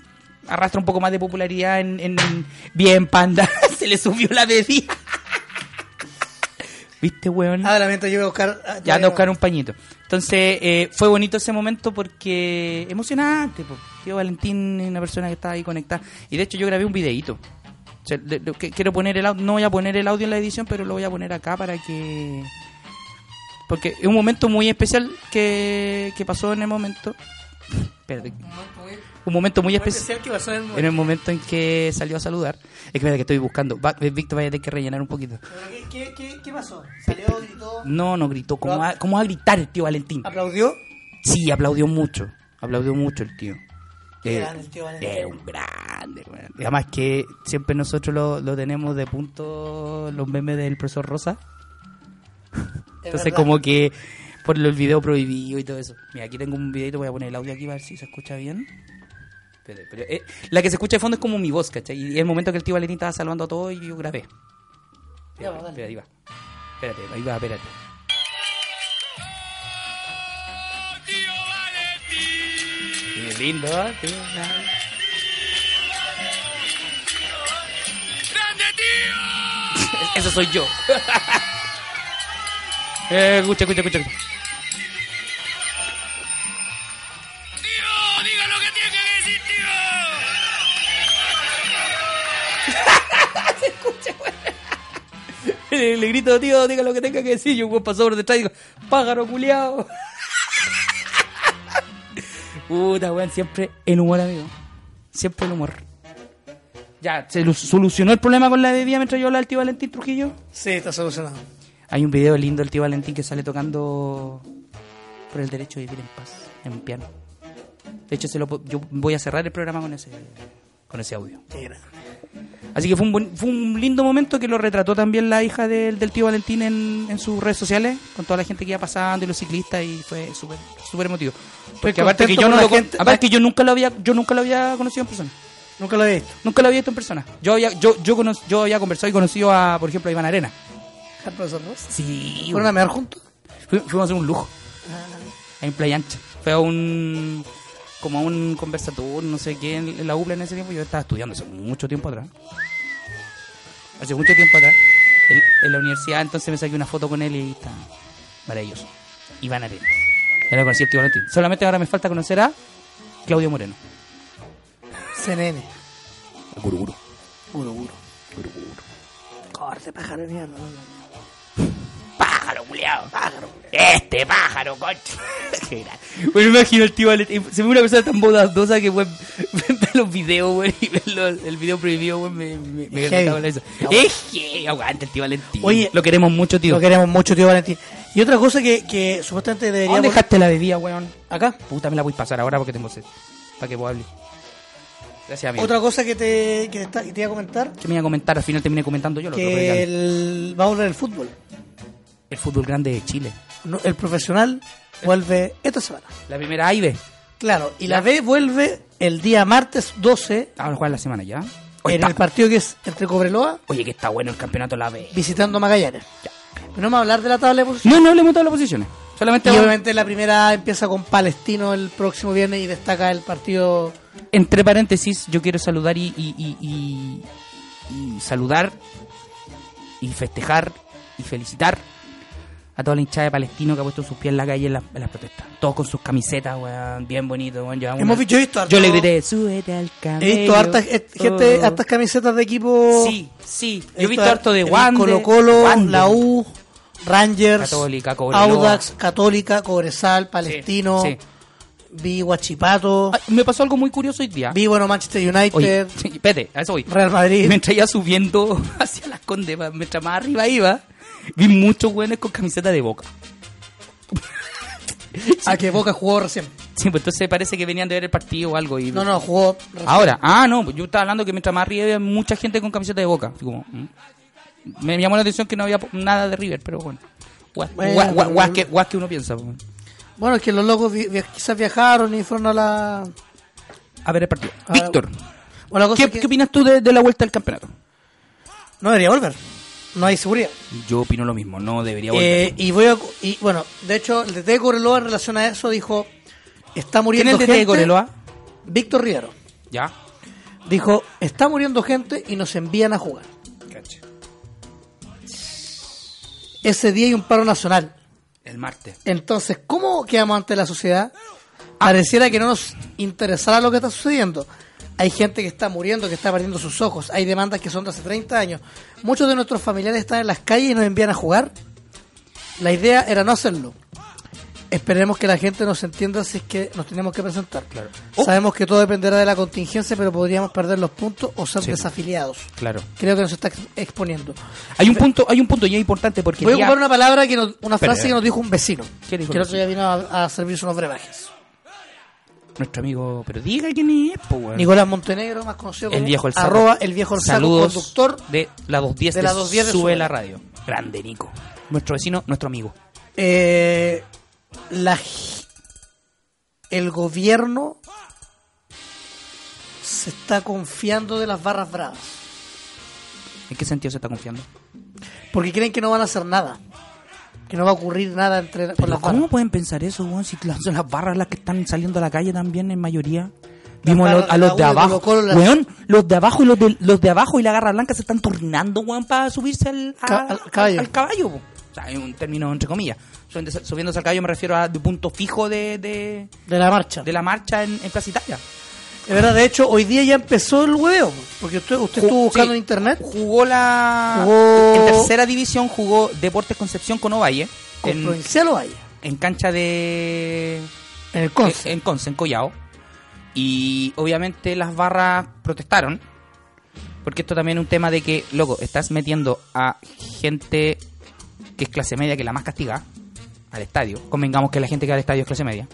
arrastra un poco más de popularidad en... en- en- Bien, panda, se le subió la bebida. ¿Viste, weón? Ah, lamento, yo voy a buscar. ah, Ya anda todavía a no. buscar un pañito. Entonces, eh, fue bonito ese momento porque emocionante. po. Tío Valentín es una persona que está ahí conectada. Y de hecho, yo grabé un videíto. O sea, de- de- que- quiero poner el audio. No voy a poner el audio en la edición, pero lo voy a poner acá para que. Porque es un momento muy especial que, que pasó en el momento. Espérate. Un momento muy especial. Especial que pasó en el En momento. el momento en que salió a saludar. Es que espérate que estoy buscando. Va- eh, Víctor, vaya a tener que rellenar un poquito. ¿Qué- ¿Qué, qué, qué pasó? Salió, gritó, No, no gritó. ¿Cómo va, cómo va a gritar el tío Valentín? aplaudió. Eh, Sí, aplaudió mucho. Aplaudió mucho el tío. Qué Eh, grande el tío Valentín. eh, un grande, weón. Y Además que siempre nosotros lo, lo tenemos de punto los memes del profesor Rosa. Entonces verdad. como que por lo- el video prohibido y todo eso. Mira, aquí tengo un videito, voy a poner el audio aquí para ver si se escucha bien. Espérate, pero, eh, la que se escucha de fondo es como mi voz, ¿cachai? Y el momento que el tío Valentín estaba salvando a todos y yo grabé. Ya, pues, dale. Espérate, espérate, ahí va. Espérate, ahí va, espérate. Tío Valentín, es lindo. ¿eh? Qué bien. Eso soy yo. eh, escucha, escucha, escucha. escucha. ¡Tío! ¡Diga lo que tiene que decir, tío! Le, le grito, tío, diga lo que tenga que decir. Yo un pasó por detrás y digo, pájaro culiao. Puta, weón, siempre el humor, amigo. Siempre el humor. Ya, ¿se lu- solucionó el problema con la bebida mientras yo hablaba al tío Valentín Trujillo? Sí, está solucionado. Hay un video lindo del tío Valentín que sale tocando por el derecho a vivir en paz, en piano. De hecho, se lo, po- yo voy a cerrar el programa con ese, con ese audio. Qué grande. Así que fue un, buen- fue un lindo momento que lo retrató también la hija del, del tío Valentín en, en sus redes sociales, con toda la gente que iba pasando y los ciclistas, y fue súper súper emotivo. Porque aparte, que contento yo, no con lo la con- gente. aparte que yo nunca lo había yo nunca lo había conocido en persona. Nunca lo he visto. Nunca lo había visto en persona. Yo había, yo, yo, cono- yo había conversado y conocido a, por ejemplo, a Iván Arena. ¿Al profesor Ross? Sí, ¿Fueron a mear juntos? Fui- fuimos a hacer un lujo. En Playa Ancha. Fue a un. Como a un conversatorio, no sé qué, en en la UPLA en ese tiempo. Yo estaba estudiando hace mucho tiempo atrás. Hace mucho tiempo atrás. En, en la universidad, entonces me saqué una foto con él y está maravilloso. Iván Arenas. Era conocí el tío Valentín. Solamente ahora me falta conocer a Claudio Moreno. CNN. El guruguru. Puro, puro. Corte, pájaro de mierda. pájaro, culiao. Pájaro, Este pájaro, coche. Qué gran- bueno, me imagino el tío Valentín. Se ve una persona tan bodadosa que, weón, ver los videos, weón, y ver los- el video prohibido, weón, me, me, me Es encantaba heavy. eso. Es que aguanta el tío Valentín. Oye, lo queremos mucho, tío. Lo queremos mucho, tío Valentín. Y otra cosa que, que supuestamente deberíamos... ¿Dónde dejaste la bebida, weón? Acá. Puta, me la voy a pasar ahora porque tengo sed. Para que vos hables. Gracias, amigo. Otra cosa que te, que está- que te iba a comentar, ¿Qué me iba a comentar? Al final terminé comentando yo lo otro, pero que ya- el, va a volver el fútbol. el fútbol grande de Chile. No, El profesional vuelve esta semana. La primera A y B. Claro, y la B vuelve el día martes 12 Ahora juegan la semana ya. Oye, en está- el partido que es entre Cobreloa Oye, que está bueno el campeonato de la B. visitando Magallanes. Pero no vamos a hablar de la tabla de posiciones. No, no hablemos de todas las posiciones. Solamente Y vamos- obviamente la primera empieza con Palestino el próximo viernes y destaca el partido entre paréntesis, yo quiero saludar y, y- y- y- y saludar y festejar y felicitar a toda la hinchada de Palestino que ha puesto sus pies en la calle en las, en las protestas. Todos con sus camisetas, weón, bien bonito, weón. Yo, Hemos visto esto harto. Yo le grité, súbete al camello. He visto hartas, eh, gente, Oh. hartas camisetas de equipo. Sí, sí. Yo he Esto visto es- harto de el Wander. Colo Colo, Wander. la U, Rangers, Católica, Cobreloa. Audax, Católica, Cobresal, Palestino, sí. vi Huachipato, Ay, Ah, me pasó algo muy curioso hoy día. vi bueno Manchester United, Oye, sí, espérate, a eso voy. Real Madrid. Mientras iba subiendo hacia las Condes, pa- mientras más arriba iba, vi muchos güeyes con camiseta de boca. A Ah, que Boca jugó recién. Sí, pues entonces parece que venían de ver el partido o algo. Y... No, no, jugó. Ahora, ah, no, yo estaba hablando que mientras más arriba había mucha gente con camiseta de boca. Así como, ¿mm? Me llamó la atención que no había po- nada de River, pero bueno. Guas, Bueno, guas- guas- pero- guas que, guas que uno piensa. pues, po. Bueno, es que los locos vi- vi- quizás viajaron y fueron a la. A ver el partido. a- Víctor, Bueno, la cosa ¿qué, es que qué opinas tú de, de la vuelta al campeonato? No debería volver. No hay seguridad. Yo opino lo mismo, no debería Eh, y voy a, y bueno, de hecho, el DT de Correloa en relación a eso dijo: Está ¿Quién es muriendo el DT de gente. Coreloa? Víctor Riero. Ya. Dijo, está muriendo gente y nos envían a jugar. Ese día hay un paro nacional. El martes. Entonces, ¿cómo quedamos ante la sociedad? Pareciera que no nos interesara lo que está sucediendo. Hay gente que está muriendo, que está perdiendo sus ojos. Hay demandas que son de hace 30 años. Muchos de nuestros familiares están en las calles y nos envían a jugar. La idea era no hacerlo. Esperemos que la gente nos entienda si es que nos tenemos que presentar. Claro. Oh. Sabemos que todo dependerá de la contingencia, pero podríamos perder los puntos o ser Sí. desafiliados. Claro. Creo que nos está ex- exponiendo. Hay un punto, hay un punto ya importante porque Voy a el día- ocupar una palabra, que nos- una frase Espera. que nos dijo un vecino. ¿Qué dijo que el el otro día vino a, a servirse unos brebajes. nuestro amigo, pero diga quién es, po, weón. Nicolás Montenegro, más conocido como el viejo el saco. arroba el viejo el saco, Saludos conductor. de la 210 de de, la 210 de Sube Sube. la radio. Grande Nico. Nuestro vecino, nuestro amigo. Eh, la g- el gobierno se está confiando de las barras bravas. ¿En qué sentido se está confiando? Porque creen que no van a hacer nada. que no va a ocurrir nada entre con Pero las ¿Cómo manos. pueden pensar eso, weón? Si las- son las barras las que están saliendo a la calle también en mayoría. Vimos a los, a los de barras de abajo. Colo-Colo, las- Weón, los de abajo y los de, los de abajo y la garra blanca se están turnando, weón, para subirse al, a- Ca- al caballo. al caballo, po. O sea, es un término entre comillas. Subiéndose, subiéndose al caballo me refiero a de punto fijo de, de, De la marcha. de la marcha en, en Plaza Italia. De verdad, de hecho, hoy día ya empezó el hueveo. Porque usted, usted estuvo Ju- buscando sí, en internet. Jugó la. Jugó- En tercera división jugó Deportes Concepción con Ovalle. Con En, Provincial o Valle. en cancha de. En el Conce. En, en Conce, en Collao. Y obviamente las barras protestaron. Porque esto también es un tema de que, loco, estás metiendo a gente que es clase media, que es la más castigada, al estadio. Convengamos que la gente que va al estadio es clase media.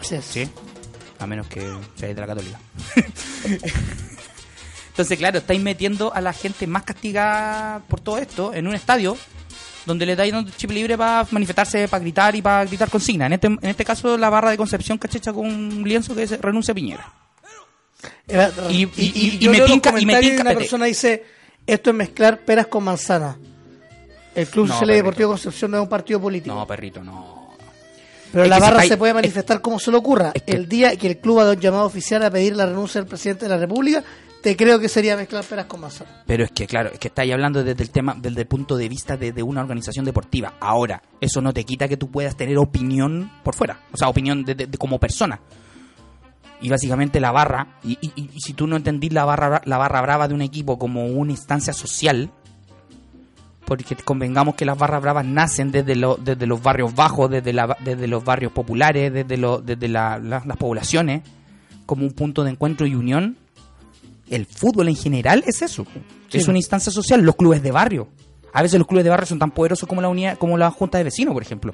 Así es. Sí. A menos que seáis de la católica. Entonces, claro, estáis metiendo a la gente más castigada por todo esto en un estadio donde le dais un chip libre para manifestarse, para gritar y para gritar consigna. En este, en este caso, la barra de Concepción cachecha con un lienzo que dice renuncia a Piñera. Era- Y- y- y- yo y me leo los tinca- y me comentarios tinca- Una espérate. persona dice: Esto es mezclar peras con manzanas. El Club No, Social y perrito. Deportivo Concepción no es un partido político. No, perrito, no. pero es la que barra sepáis- se puede es- manifestar como se le ocurra. es que- el día que el club haga un llamado oficial a pedir la renuncia del presidente de la República, te creo que sería mezclar peras con manzanas. Pero es que, claro, es que estáis hablando desde el tema, desde el punto de vista de, de una organización deportiva. Ahora, eso no te quita que tú puedas tener opinión por fuera. O sea, opinión de, de- de- como persona. Y básicamente la barra, y, y- y- y si tú no entendís la barra, bra- la barra brava de un equipo como una instancia social, porque convengamos que las barras bravas nacen desde, lo- desde los barrios bajos, desde, la- desde los barrios populares, desde, lo- desde la- la- las poblaciones, como un punto de encuentro y unión. El fútbol en general es eso. Es una instancia social, los clubes de barrio. A veces los clubes de barrio son tan poderosos como la unidad, como la junta de vecinos, por ejemplo.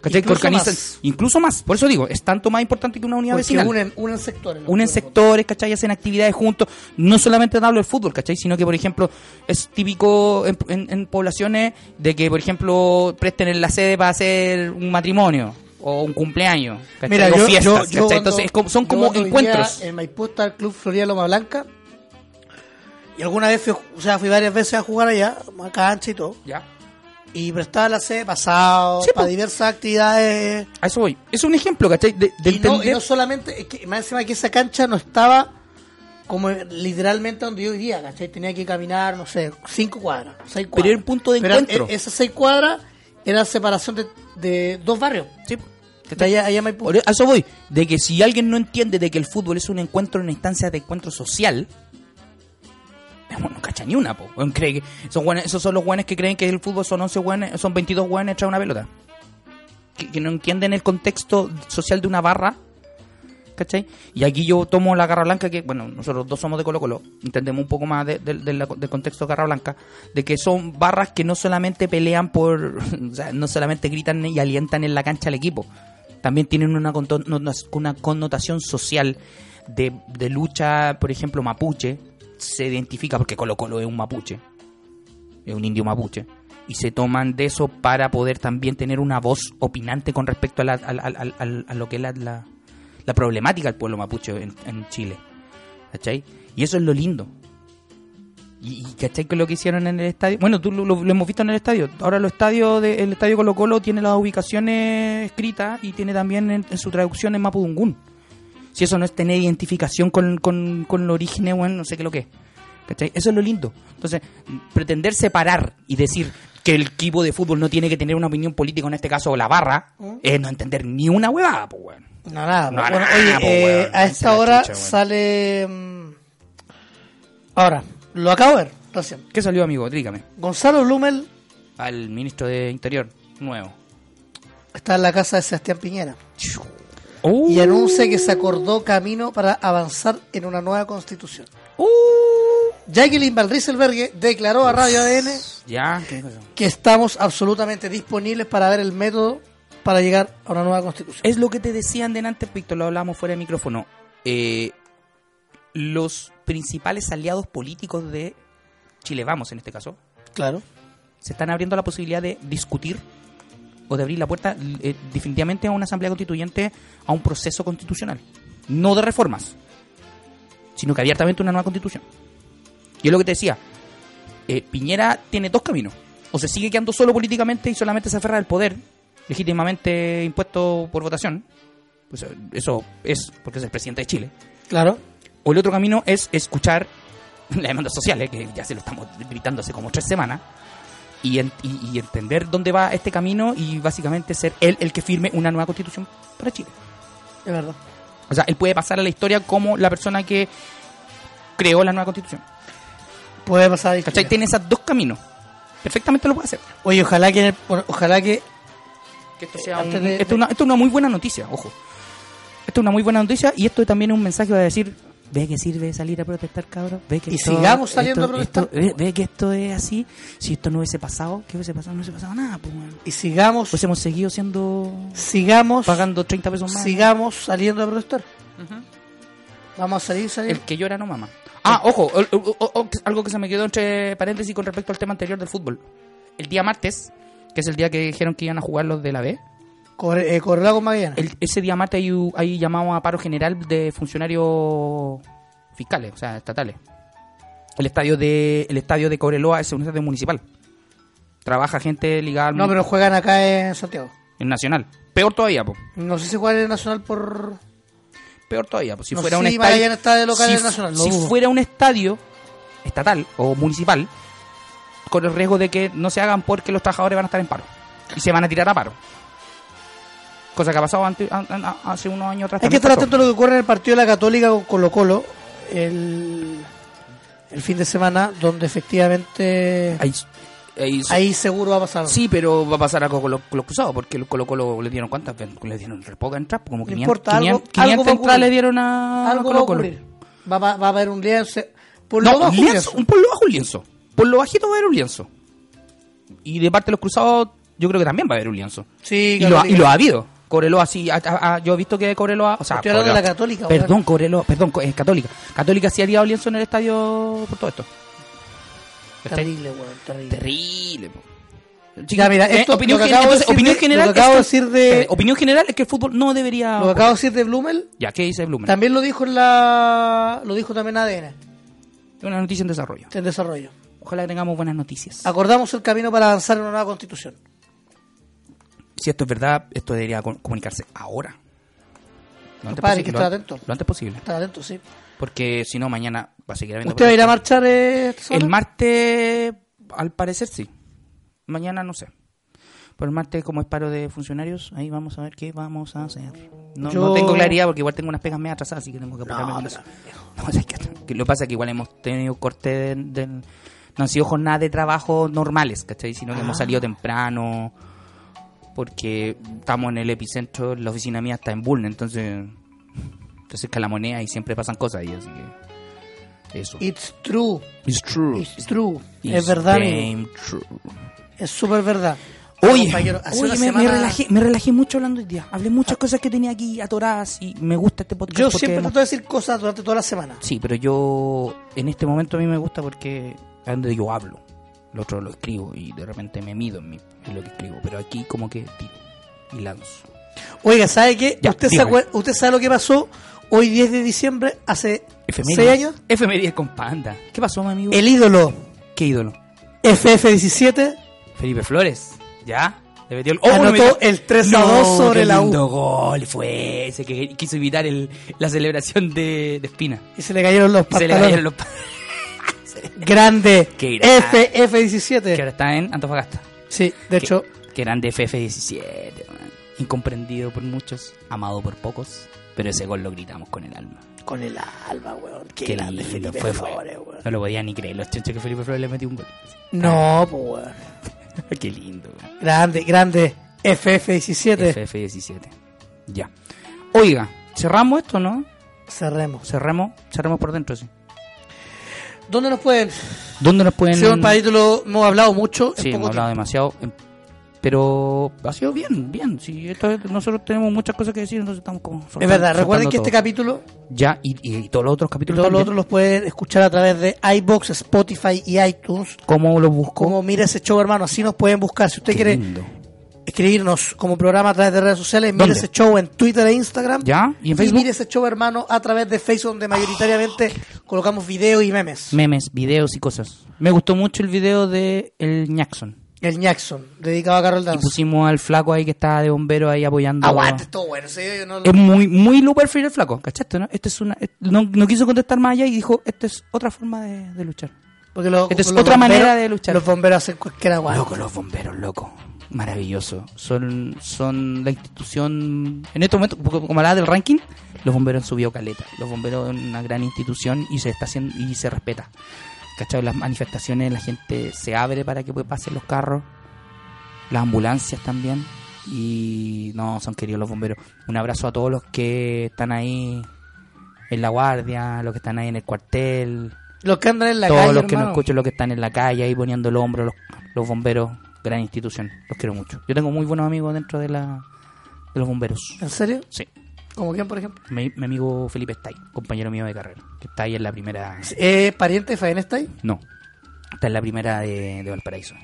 ¿Cachai? Que Incluso organizan, más. incluso más. Por eso digo, es tanto más importante que una unidad Porque vecinal unen, unen sectores. los unen clubes. sectores, ¿cachai? Hacen actividades juntos. No solamente hablo del fútbol, ¿cachai? Sino que, por ejemplo, es típico en, en- en poblaciones de que, por ejemplo, presten la sede para hacer un matrimonio o un cumpleaños, ¿cachai? Mira, o yo, fiestas, yo- yo ¿cachai? cuando- Entonces, es como- son yo como cuando em- encuentros. vivía En Maipú está el Club Florida Loma Blanca. Y alguna vez fui, o sea, fui varias veces a jugar allá, a cancha y todo. Ya. Y prestaba la sede pasado, Sí, para po. diversas actividades. A eso voy. Es un ejemplo, ¿cachai? De, de Y no, y entender- no solamente, es que más encima que esa cancha no estaba como literalmente donde yo vivía, ¿cachai? Tenía que caminar, no sé, cinco cuadras, seis cuadras. era un punto de Pero encuentro. e- Esas seis cuadras era separación de, de dos barrios. Sí, De ¿cachai? allá, allá en Maipú. Por- a eso voy. De que si alguien no entiende de que el fútbol es un encuentro, una instancia de encuentro social, bueno, no cacha ni una, po. Weón, cree que son guanes- esos son los guanes que creen que el fútbol son 11 guanes, son 22 guanes tras una pelota. Que, que no entienden el contexto social de una barra. ¿Cachai? Y aquí yo tomo la garra blanca, que bueno, nosotros dos somos de Colo Colo, entendemos un poco más de- de- de la- del contexto de garra blanca, de que son barras que no solamente pelean por, o sea, no solamente gritan y alientan en la cancha al equipo, también tienen una, conto- no- no- una connotación social de, de lucha, por ejemplo, mapuche, se identifica porque Colo Colo es un mapuche, es un indio mapuche, y se toman de eso para poder también tener una voz opinante con respecto a, la- al- al- al- al- a lo que es la, la- la problemática del pueblo mapuche en, en Chile. ¿Cachai? Y eso es lo lindo. Y, y ¿cachai que lo que hicieron en el estadio? Bueno, tú lo, lo- lo hemos visto en el estadio. Ahora los estadios de- el estadio Colo Colo tiene las ubicaciones escritas y tiene también en, en su traducción en Mapudungún. Si eso no es tener identificación con, con, con los orígenes, bueno, no sé qué es lo que es. ¿Cachai? Eso es lo lindo. Entonces, m- pretender separar y decir que el equipo de fútbol no tiene que tener una opinión política, en este caso la barra, es no entender ni una huevada, pues, weón. No, nada. No, bueno, nada, oye, po, eh, weón, a no se esta la hora chucha, weón. sale. mm, Ahora, lo acabo de ver recién. ¿Qué salió, amigo? Dígame. Gonzalo Blumel Al ministro de Interior, nuevo. está en la casa de Sebastián Piñera Uh. y anuncia que se acordó camino para avanzar en una nueva constitución. Uh. Jacqueline Valdrieselbergue declaró a Radio ADN Ya, ¿qué cosa? que estamos absolutamente disponibles para ver el método para llegar a una nueva constitución. Es lo que te decían delante, Víctor, lo hablábamos fuera de micrófono. Eh, los principales aliados políticos de Chile Vamos, en este caso, claro. se están abriendo la posibilidad de discutir o de abrir la puerta eh, definitivamente a una asamblea constituyente, a un proceso constitucional. No de reformas, sino que abiertamente una nueva constitución. Yo lo que te decía, eh, Piñera tiene dos caminos. o se sigue quedando solo políticamente y solamente se aferra al poder, legítimamente impuesto por votación, pues eh, eso es porque es el presidente de Chile, Claro. o el otro camino es escuchar las demandas sociales, que ya se lo estamos gritando hace como tres semanas, y, en- y- y entender dónde va este camino y básicamente ser él el que firme una nueva constitución para Chile. Es verdad. O sea, él puede pasar a la historia como la persona que creó la nueva constitución. Puede pasar. a la ¿Cachai? historia. Tiene esos dos caminos. Perfectamente lo puede hacer. Oye, ojalá que, en el- bueno, ojalá que Que esto Eh, sea un- antes de- esto es una, esto es una muy buena noticia, ojo. Esto es una muy buena noticia y esto también es un mensaje para decir, ve que sirve salir a protestar, cabrón. Ve que Y sigamos saliendo esto- a protestar, esto- ve, ve que esto es así. Si esto no hubiese pasado, ¿qué hubiese pasado? No hubiese pasado nada, pues, weón. y sigamos, Pues hemos seguido siendo... sigamos, Pagando 30 pesos más. sigamos saliendo a protestar. Vamos a salir, salir. El que llora no mama. Ah, ojo, o- o- o- o- algo que se me quedó entre paréntesis con respecto al tema anterior del fútbol. El día martes, que es el día que dijeron que iban a jugar los de la B, Corre- eh, Correlado con Magallanes. el- ese día martes hay, u- hay llamado a paro general de funcionarios fiscales, o sea, estatales. El estadio de el estadio de Cobreloa es un estadio municipal. Trabaja gente ligada al No, pero juegan acá en Santiago. en nacional. Peor todavía, po. No sé si juegan en el Nacional por... peor todavía. pues, si No, fuera sí, un Magallanes está estadio, de local si, en fu- Nacional, lo si dudo. fuera un estadio estatal o municipal, con el riesgo de que no se hagan porque los trabajadores van a estar en paro y se van a tirar a paro. Cosa que ha pasado ante- an- an- hace unos años atrás. Hay que también estar pasó. atento a lo que ocurre en el partido de la Católica con Colo Colo el, el fin de semana, donde efectivamente ahí, Ahí- ahí- seguro va a pasar. algo. Sí, pero va a pasar algo con los, con los cruzados, porque los Colo Colo le dieron cuántas, ven- le dieron re poca entrada, pues, como No 500, importa, algo- algo 500, va a 500 entradas ocurrir. le dieron a algo va a Colo Colo. ocurrir. Va, va- va a haber un lienzo. Por lo No, bajo, un lienzo, un por lo bajo un lienzo. Por lo bajito va a haber un lienzo. Y de parte de los cruzados, yo creo que también va a haber un lienzo. Sí, y, lo, ha- y Católica. lo ha habido. Cobreloa, sí. ha- ha- ha- yo he visto que Cobreloa. O sea, Estoy hablando de Cobreloa- la Católica, weón. Perdón, Cobreloa. Perdón, co- es Católica. Católica sí ha tirado lienzo en el estadio por todo esto. Terrible, weón, terrible. Terrible, po. Ya, mira, esto- opinión, lo que gen- acabo de entonces, decir opinión de- general. lo que acabo es de decir de- espérate, opinión general es que el fútbol no debería. Lo que acabo de decir de Blumel, Ya, ¿qué dice Blumen? también lo dijo en la. Lo dijo también ADN, Es Una noticia en desarrollo. en desarrollo. Ojalá tengamos buenas noticias. Acordamos el camino para avanzar en una nueva constitución. si esto es verdad, esto debería com- comunicarse ahora. Lo Compadre, hay que posible, estar lo- atento. Lo antes posible. Están atentos, sí. Porque si no, mañana va a seguir habiendo. ¿Usted va a ir a marchar eh, esta semana? El martes, al parecer sí. Mañana no sé. Pero el martes, como es paro de funcionarios, ahí vamos a ver qué vamos a hacer. No, Yo- no tengo claridad porque igual tengo unas pegas medio atrasadas, así que tengo que apurarme No, con pero- eso. No, o sea, que- que lo que pasa es que igual hemos tenido corte de, de- No han sido jornadas de trabajo normales, ¿cachai? Sino Ah. que hemos salido temprano porque estamos en el epicentro, la oficina mía está en Bulnes, entonces... Entonces que la moneda y siempre pasan cosas ahí, así que... Eso. It's true. It's true. It's true. It's es verdad, amigo. damn true. Es súper verdad. Oye, Compañero, hace oye, una me, me semana- Ah. relajé, me relajé mucho hablando hoy día. Hablé muchas cosas que tenía aquí atoradas y me gusta este podcast. Yo porque- siempre trato de decir cosas durante toda la semana. Sí, pero yo en este momento a mí me gusta porque es donde yo hablo. Lo otro lo escribo y de repente me mido en, mi- en lo que escribo. Pero aquí como que tiro y lanzo. Oiga, ¿sabe qué? Ya, ¿Usted, se dígame. acuer- ¿Usted sabe lo que pasó hoy 10 de diciembre, hace Efemérides. 6 años? Efemérides con panda. ¿Qué pasó, mi amigo? El ídolo ¿Qué ídolo? FF17 Felipe Flores. ¿Ya? Le metió el... Anotó bueno, metió- el 3 a 2 sobre qué la U. lindo gol fue ese que quiso evitar el- la celebración de, de Espina. y se le cayeron los Y se pantalones. le cayeron los pa- Grande. Qué grande. Que FF17. ahora está en Antofagasta. Sí, de Que- hecho, Que eran de FF17, man. Incomprendido por muchos, amado por pocos. Pero ese gol lo gritamos con el alma. con el alma, weón. Qué, Qué grande lindo, Felipe fue, fue. Flores, weón. No lo podía ni creer, los chonchos que Felipe Flores le metió un gol. No, pues, weón. Qué lindo, man. Grande, grande. FF17. FF17. Ya. Oiga, cerramos esto, ¿no? Cerremos. Cerramos, cerramos por dentro, sí. ¿Dónde nos pueden? ¿Dónde nos pueden...? Señor Padito, lo hemos hablado mucho. en Sí, hemos poco hablado demasiado. em, Pero ha sido bien, bien. Sí, esto es- nosotros tenemos muchas cosas que decir, entonces estamos como. tiempo. soltando- Es verdad, recuerden soltando que este todo. capítulo Ya, y, y todos los otros y capítulos. todos los también. otros los pueden escuchar a través de iBox, Spotify y iTunes. ¿Cómo lo busco? Como mira ese show, hermano, así nos pueden buscar. Si usted Qué quiere lindo. escribirnos como programa a través de redes sociales, mira ¿Dónde? ese show en Twitter e Instagram. ¿Ya? ¿Y en Facebook? Ah, mira ese show, hermano, a través de Facebook, donde mayoritariamente colocamos videos y memes. Memes, videos y cosas. Me gustó mucho el video de el Jackson. El Jackson, Ah, dedicado a Carol Y Dance. pusimos al flaco ahí que estaba de bombero ahí apoyando. Aguante, todo bueno. sí, yo no- Es muy, muy low perfil el flaco, ¿cachaste? No? Este es una, es- no, no quiso contestar más allá y dijo, esta es otra forma de, de luchar. porque los- Esta es los otra bomberos- manera de luchar. Los bomberos hacen cualquier agua. Loco, los bomberos, loco. Maravilloso. Son, son la institución, en este momento, porque como hablaba del ranking, los bomberos subió caleta. Los bomberos es una gran institución y se está haciendo, y se respeta. ¿Cachai? Las manifestaciones, la gente se abre para que pues, pasen los carros, las ambulancias también. Y no, son queridos los bomberos. Un abrazo a todos los que están ahí en la guardia, los que están ahí en el cuartel, Los que andan en la todos calle, los que no hermano. escuchan, los que están en la calle ahí poniendo el hombro, los, los bomberos, gran institución, los quiero mucho. Yo tengo muy buenos amigos dentro de la de los bomberos. ¿En serio? Sí. ¿Como quién, por ejemplo? Mi, mi amigo Felipe Stay, compañero mío de carrera, que está ahí en la primera. ¿Es Eh, pariente de Faenstein? No, está en la primera de, de Valparaíso.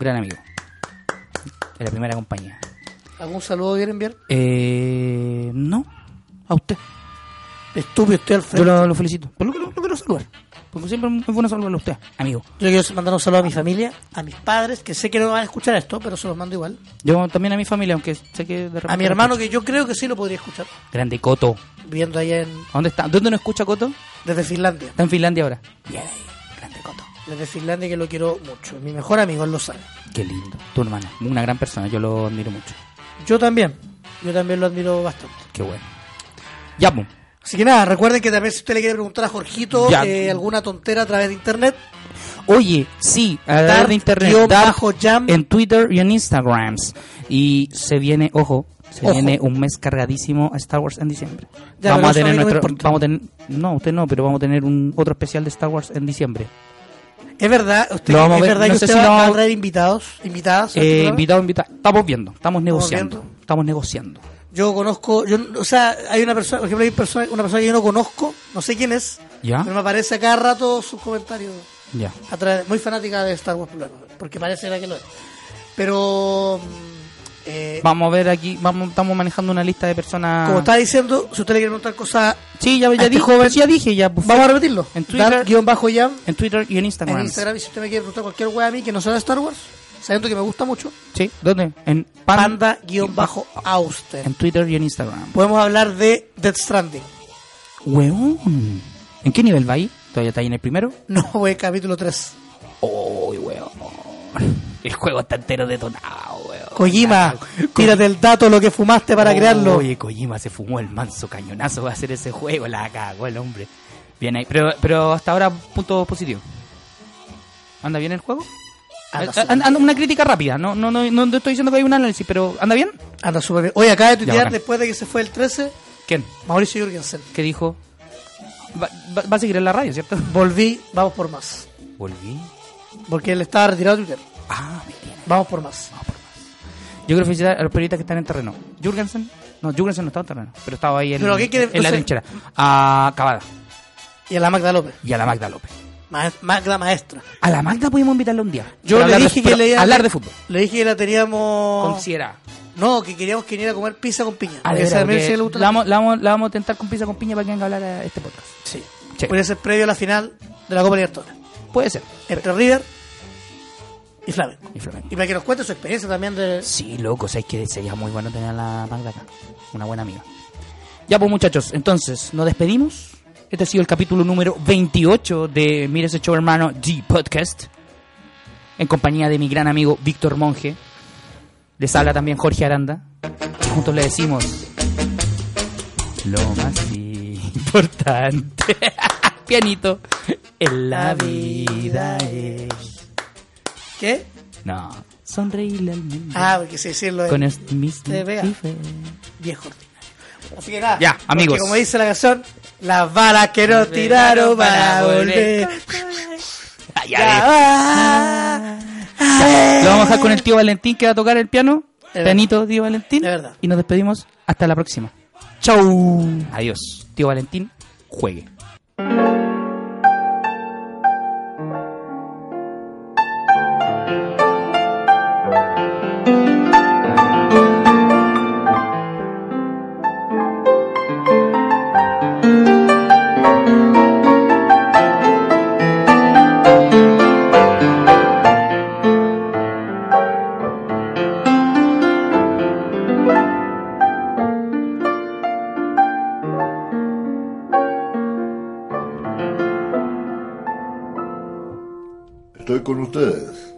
Gran amigo. En la primera compañía. ¿Algún saludo quiere enviar? Eh, no, a usted. Estúpido, estoy al Yo frente. lo, lo felicito. Pero lo, lo- lo quiero saludar. Porque siempre es bueno saludarlo a usted, amigo. Yo quiero mandar un saludo a mi familia, a mis padres, que sé que no van a escuchar esto, pero se los mando igual. Yo también a mi familia, aunque sé que de repente. A mi hermano, que yo creo que sí lo podría escuchar, Grande Coto. viendo allá en, ¿Dónde está? ¿Dónde no escucha Coto? desde Finlandia. Está en Finlandia ahora. Bien ahí, grande Coto. Desde Finlandia, que lo quiero mucho. Mi mejor amigo, él lo sabe. Qué lindo. Tu hermana, una gran persona, yo lo admiro mucho. Yo también. Yo también lo admiro bastante. Qué bueno. Ya, pues. pum. Así que nada, recuerden que también si usted le quiere preguntar a Jorgito Ya. eh, alguna tontera a través de internet, Oye, sí, a Dart, través de internet. guión Dart bajo Jam. En Twitter y en Instagrams. Y se viene, ojo, se Ojo. viene un mes cargadísimo a Star Wars en diciembre. Ya, pero vamos eso a a tener mí no me nuestro. importa. vamos a tener, no, usted no, pero vamos a tener un otro especial de Star Wars en diciembre. es verdad, usted, Lo vamos a es ver, verdad no que sé usted si va, lo va a vamos- traer invitados, invitadas. al Eh, programa. invitado, invitado. Estamos viendo, estamos negociando. viendo. Estamos negociando. Yo conozco, yo, o sea, hay una persona, por ejemplo, hay persona, una persona que yo no conozco, no sé quién es, ¿Ya? pero me aparece a cada rato sus comentarios. Ya. a través- muy fanática de Star Wars, claro, porque parece que lo es. Pero, mm, eh, Vamos a ver aquí, vamos, estamos manejando una lista de personas. como estaba diciendo, si usted le quiere preguntar cosas, Sí, ya, ya, este dije, joven- ya dije, ya. pues, vamos a repetirlo. En Twitter- Este Dar-jam En Twitter y en Instagram. en Instagram. Y si usted me quiere preguntar cualquier wea a mí que no sea de Star Wars, sabiendo que me gusta mucho, Sí, ¿dónde? En pan- panda-auster. En Twitter y en Instagram. Podemos hablar de Death Stranding. Weón. ¿En qué nivel va ahí? ¿Todavía está ahí en el primero? No, wey, capítulo 3. Uy, weón. El juego está entero detonado, weón. Kojima, tírate el dato, lo que fumaste para crearlo. Oh, Oye, Kojima se fumó el manso cañonazo va a hacer ese juego. La cagó el hombre. Bien ahí. Pero, pero hasta ahora, punto positivo. ¿Anda bien el juego? Anda Eh, súper anda- una crítica rápida. No, no, no, no estoy diciendo que hay un análisis, pero ¿anda bien? Anda súper bien. Oye, acaba de Ya, tuitear bacán. después de que se fue el 13, ¿Quién? Mauricio Jurgensen. ¿Qué dijo? Va, va- va a seguir en la radio, ¿cierto? Volví, vamos por más. Volví. Porque él estaba retirado de Twitter. Ah, me tiene. Vamos por más. Yo quiero felicitar a los periodistas que están en terreno. Jurgensen. No, Jurgensen no estaba en terreno, pero estaba ahí en, Pero ¿qué quiere- en la entonces- trinchera. A Cavada Y a la Magda López, y a la Magda López. ma- Magda maestra. A la Magda podemos invitarla un día. Yo Para le hablar de- dije que pero le Hablar de fútbol. Le dije que la teníamos. Considera. No, que queríamos que viniera a comer pizza con piña. Ah, de Esa veras, también porque sí le gusta la, la- vamos, la vamos- la vamos a tentar con pizza con piña para que venga a hablar a este podcast. Sí. Sí. Puede ser previo a la final de la Copa Libertadores. Puede ser. Entre River y Flamengo. Y Flamengo. Y para que nos cuente su experiencia también de. Sí, loco, sabes que sería muy bueno tener a la Magda acá. Una buena amiga. Ya pues muchachos, entonces, nos despedimos. Este ha sido el capítulo número 28 de Mira ese show hermano G Podcast. En compañía de mi gran amigo Víctor Monge. Les habla también Jorge Aranda. Y juntos le decimos lo más importante. Pianito. En la vida es. ¿Qué? No. Sonreírle al mundo. Ah, porque sí, sí, lo de Con este mismo Te vea. cifre. viejo ordinario. Así que nada. Ya, porque amigos. Como dice la canción, las balas que nos tiraron para volver. Ay, a ver. Ya va. Ah, Lo vamos a dejar con el tío Valentín que va a tocar el piano. De Pianito, tío Valentín. De verdad. Y nos despedimos hasta la próxima. Chau. Adiós. Tío Valentín, juegue. estoy con ustedes.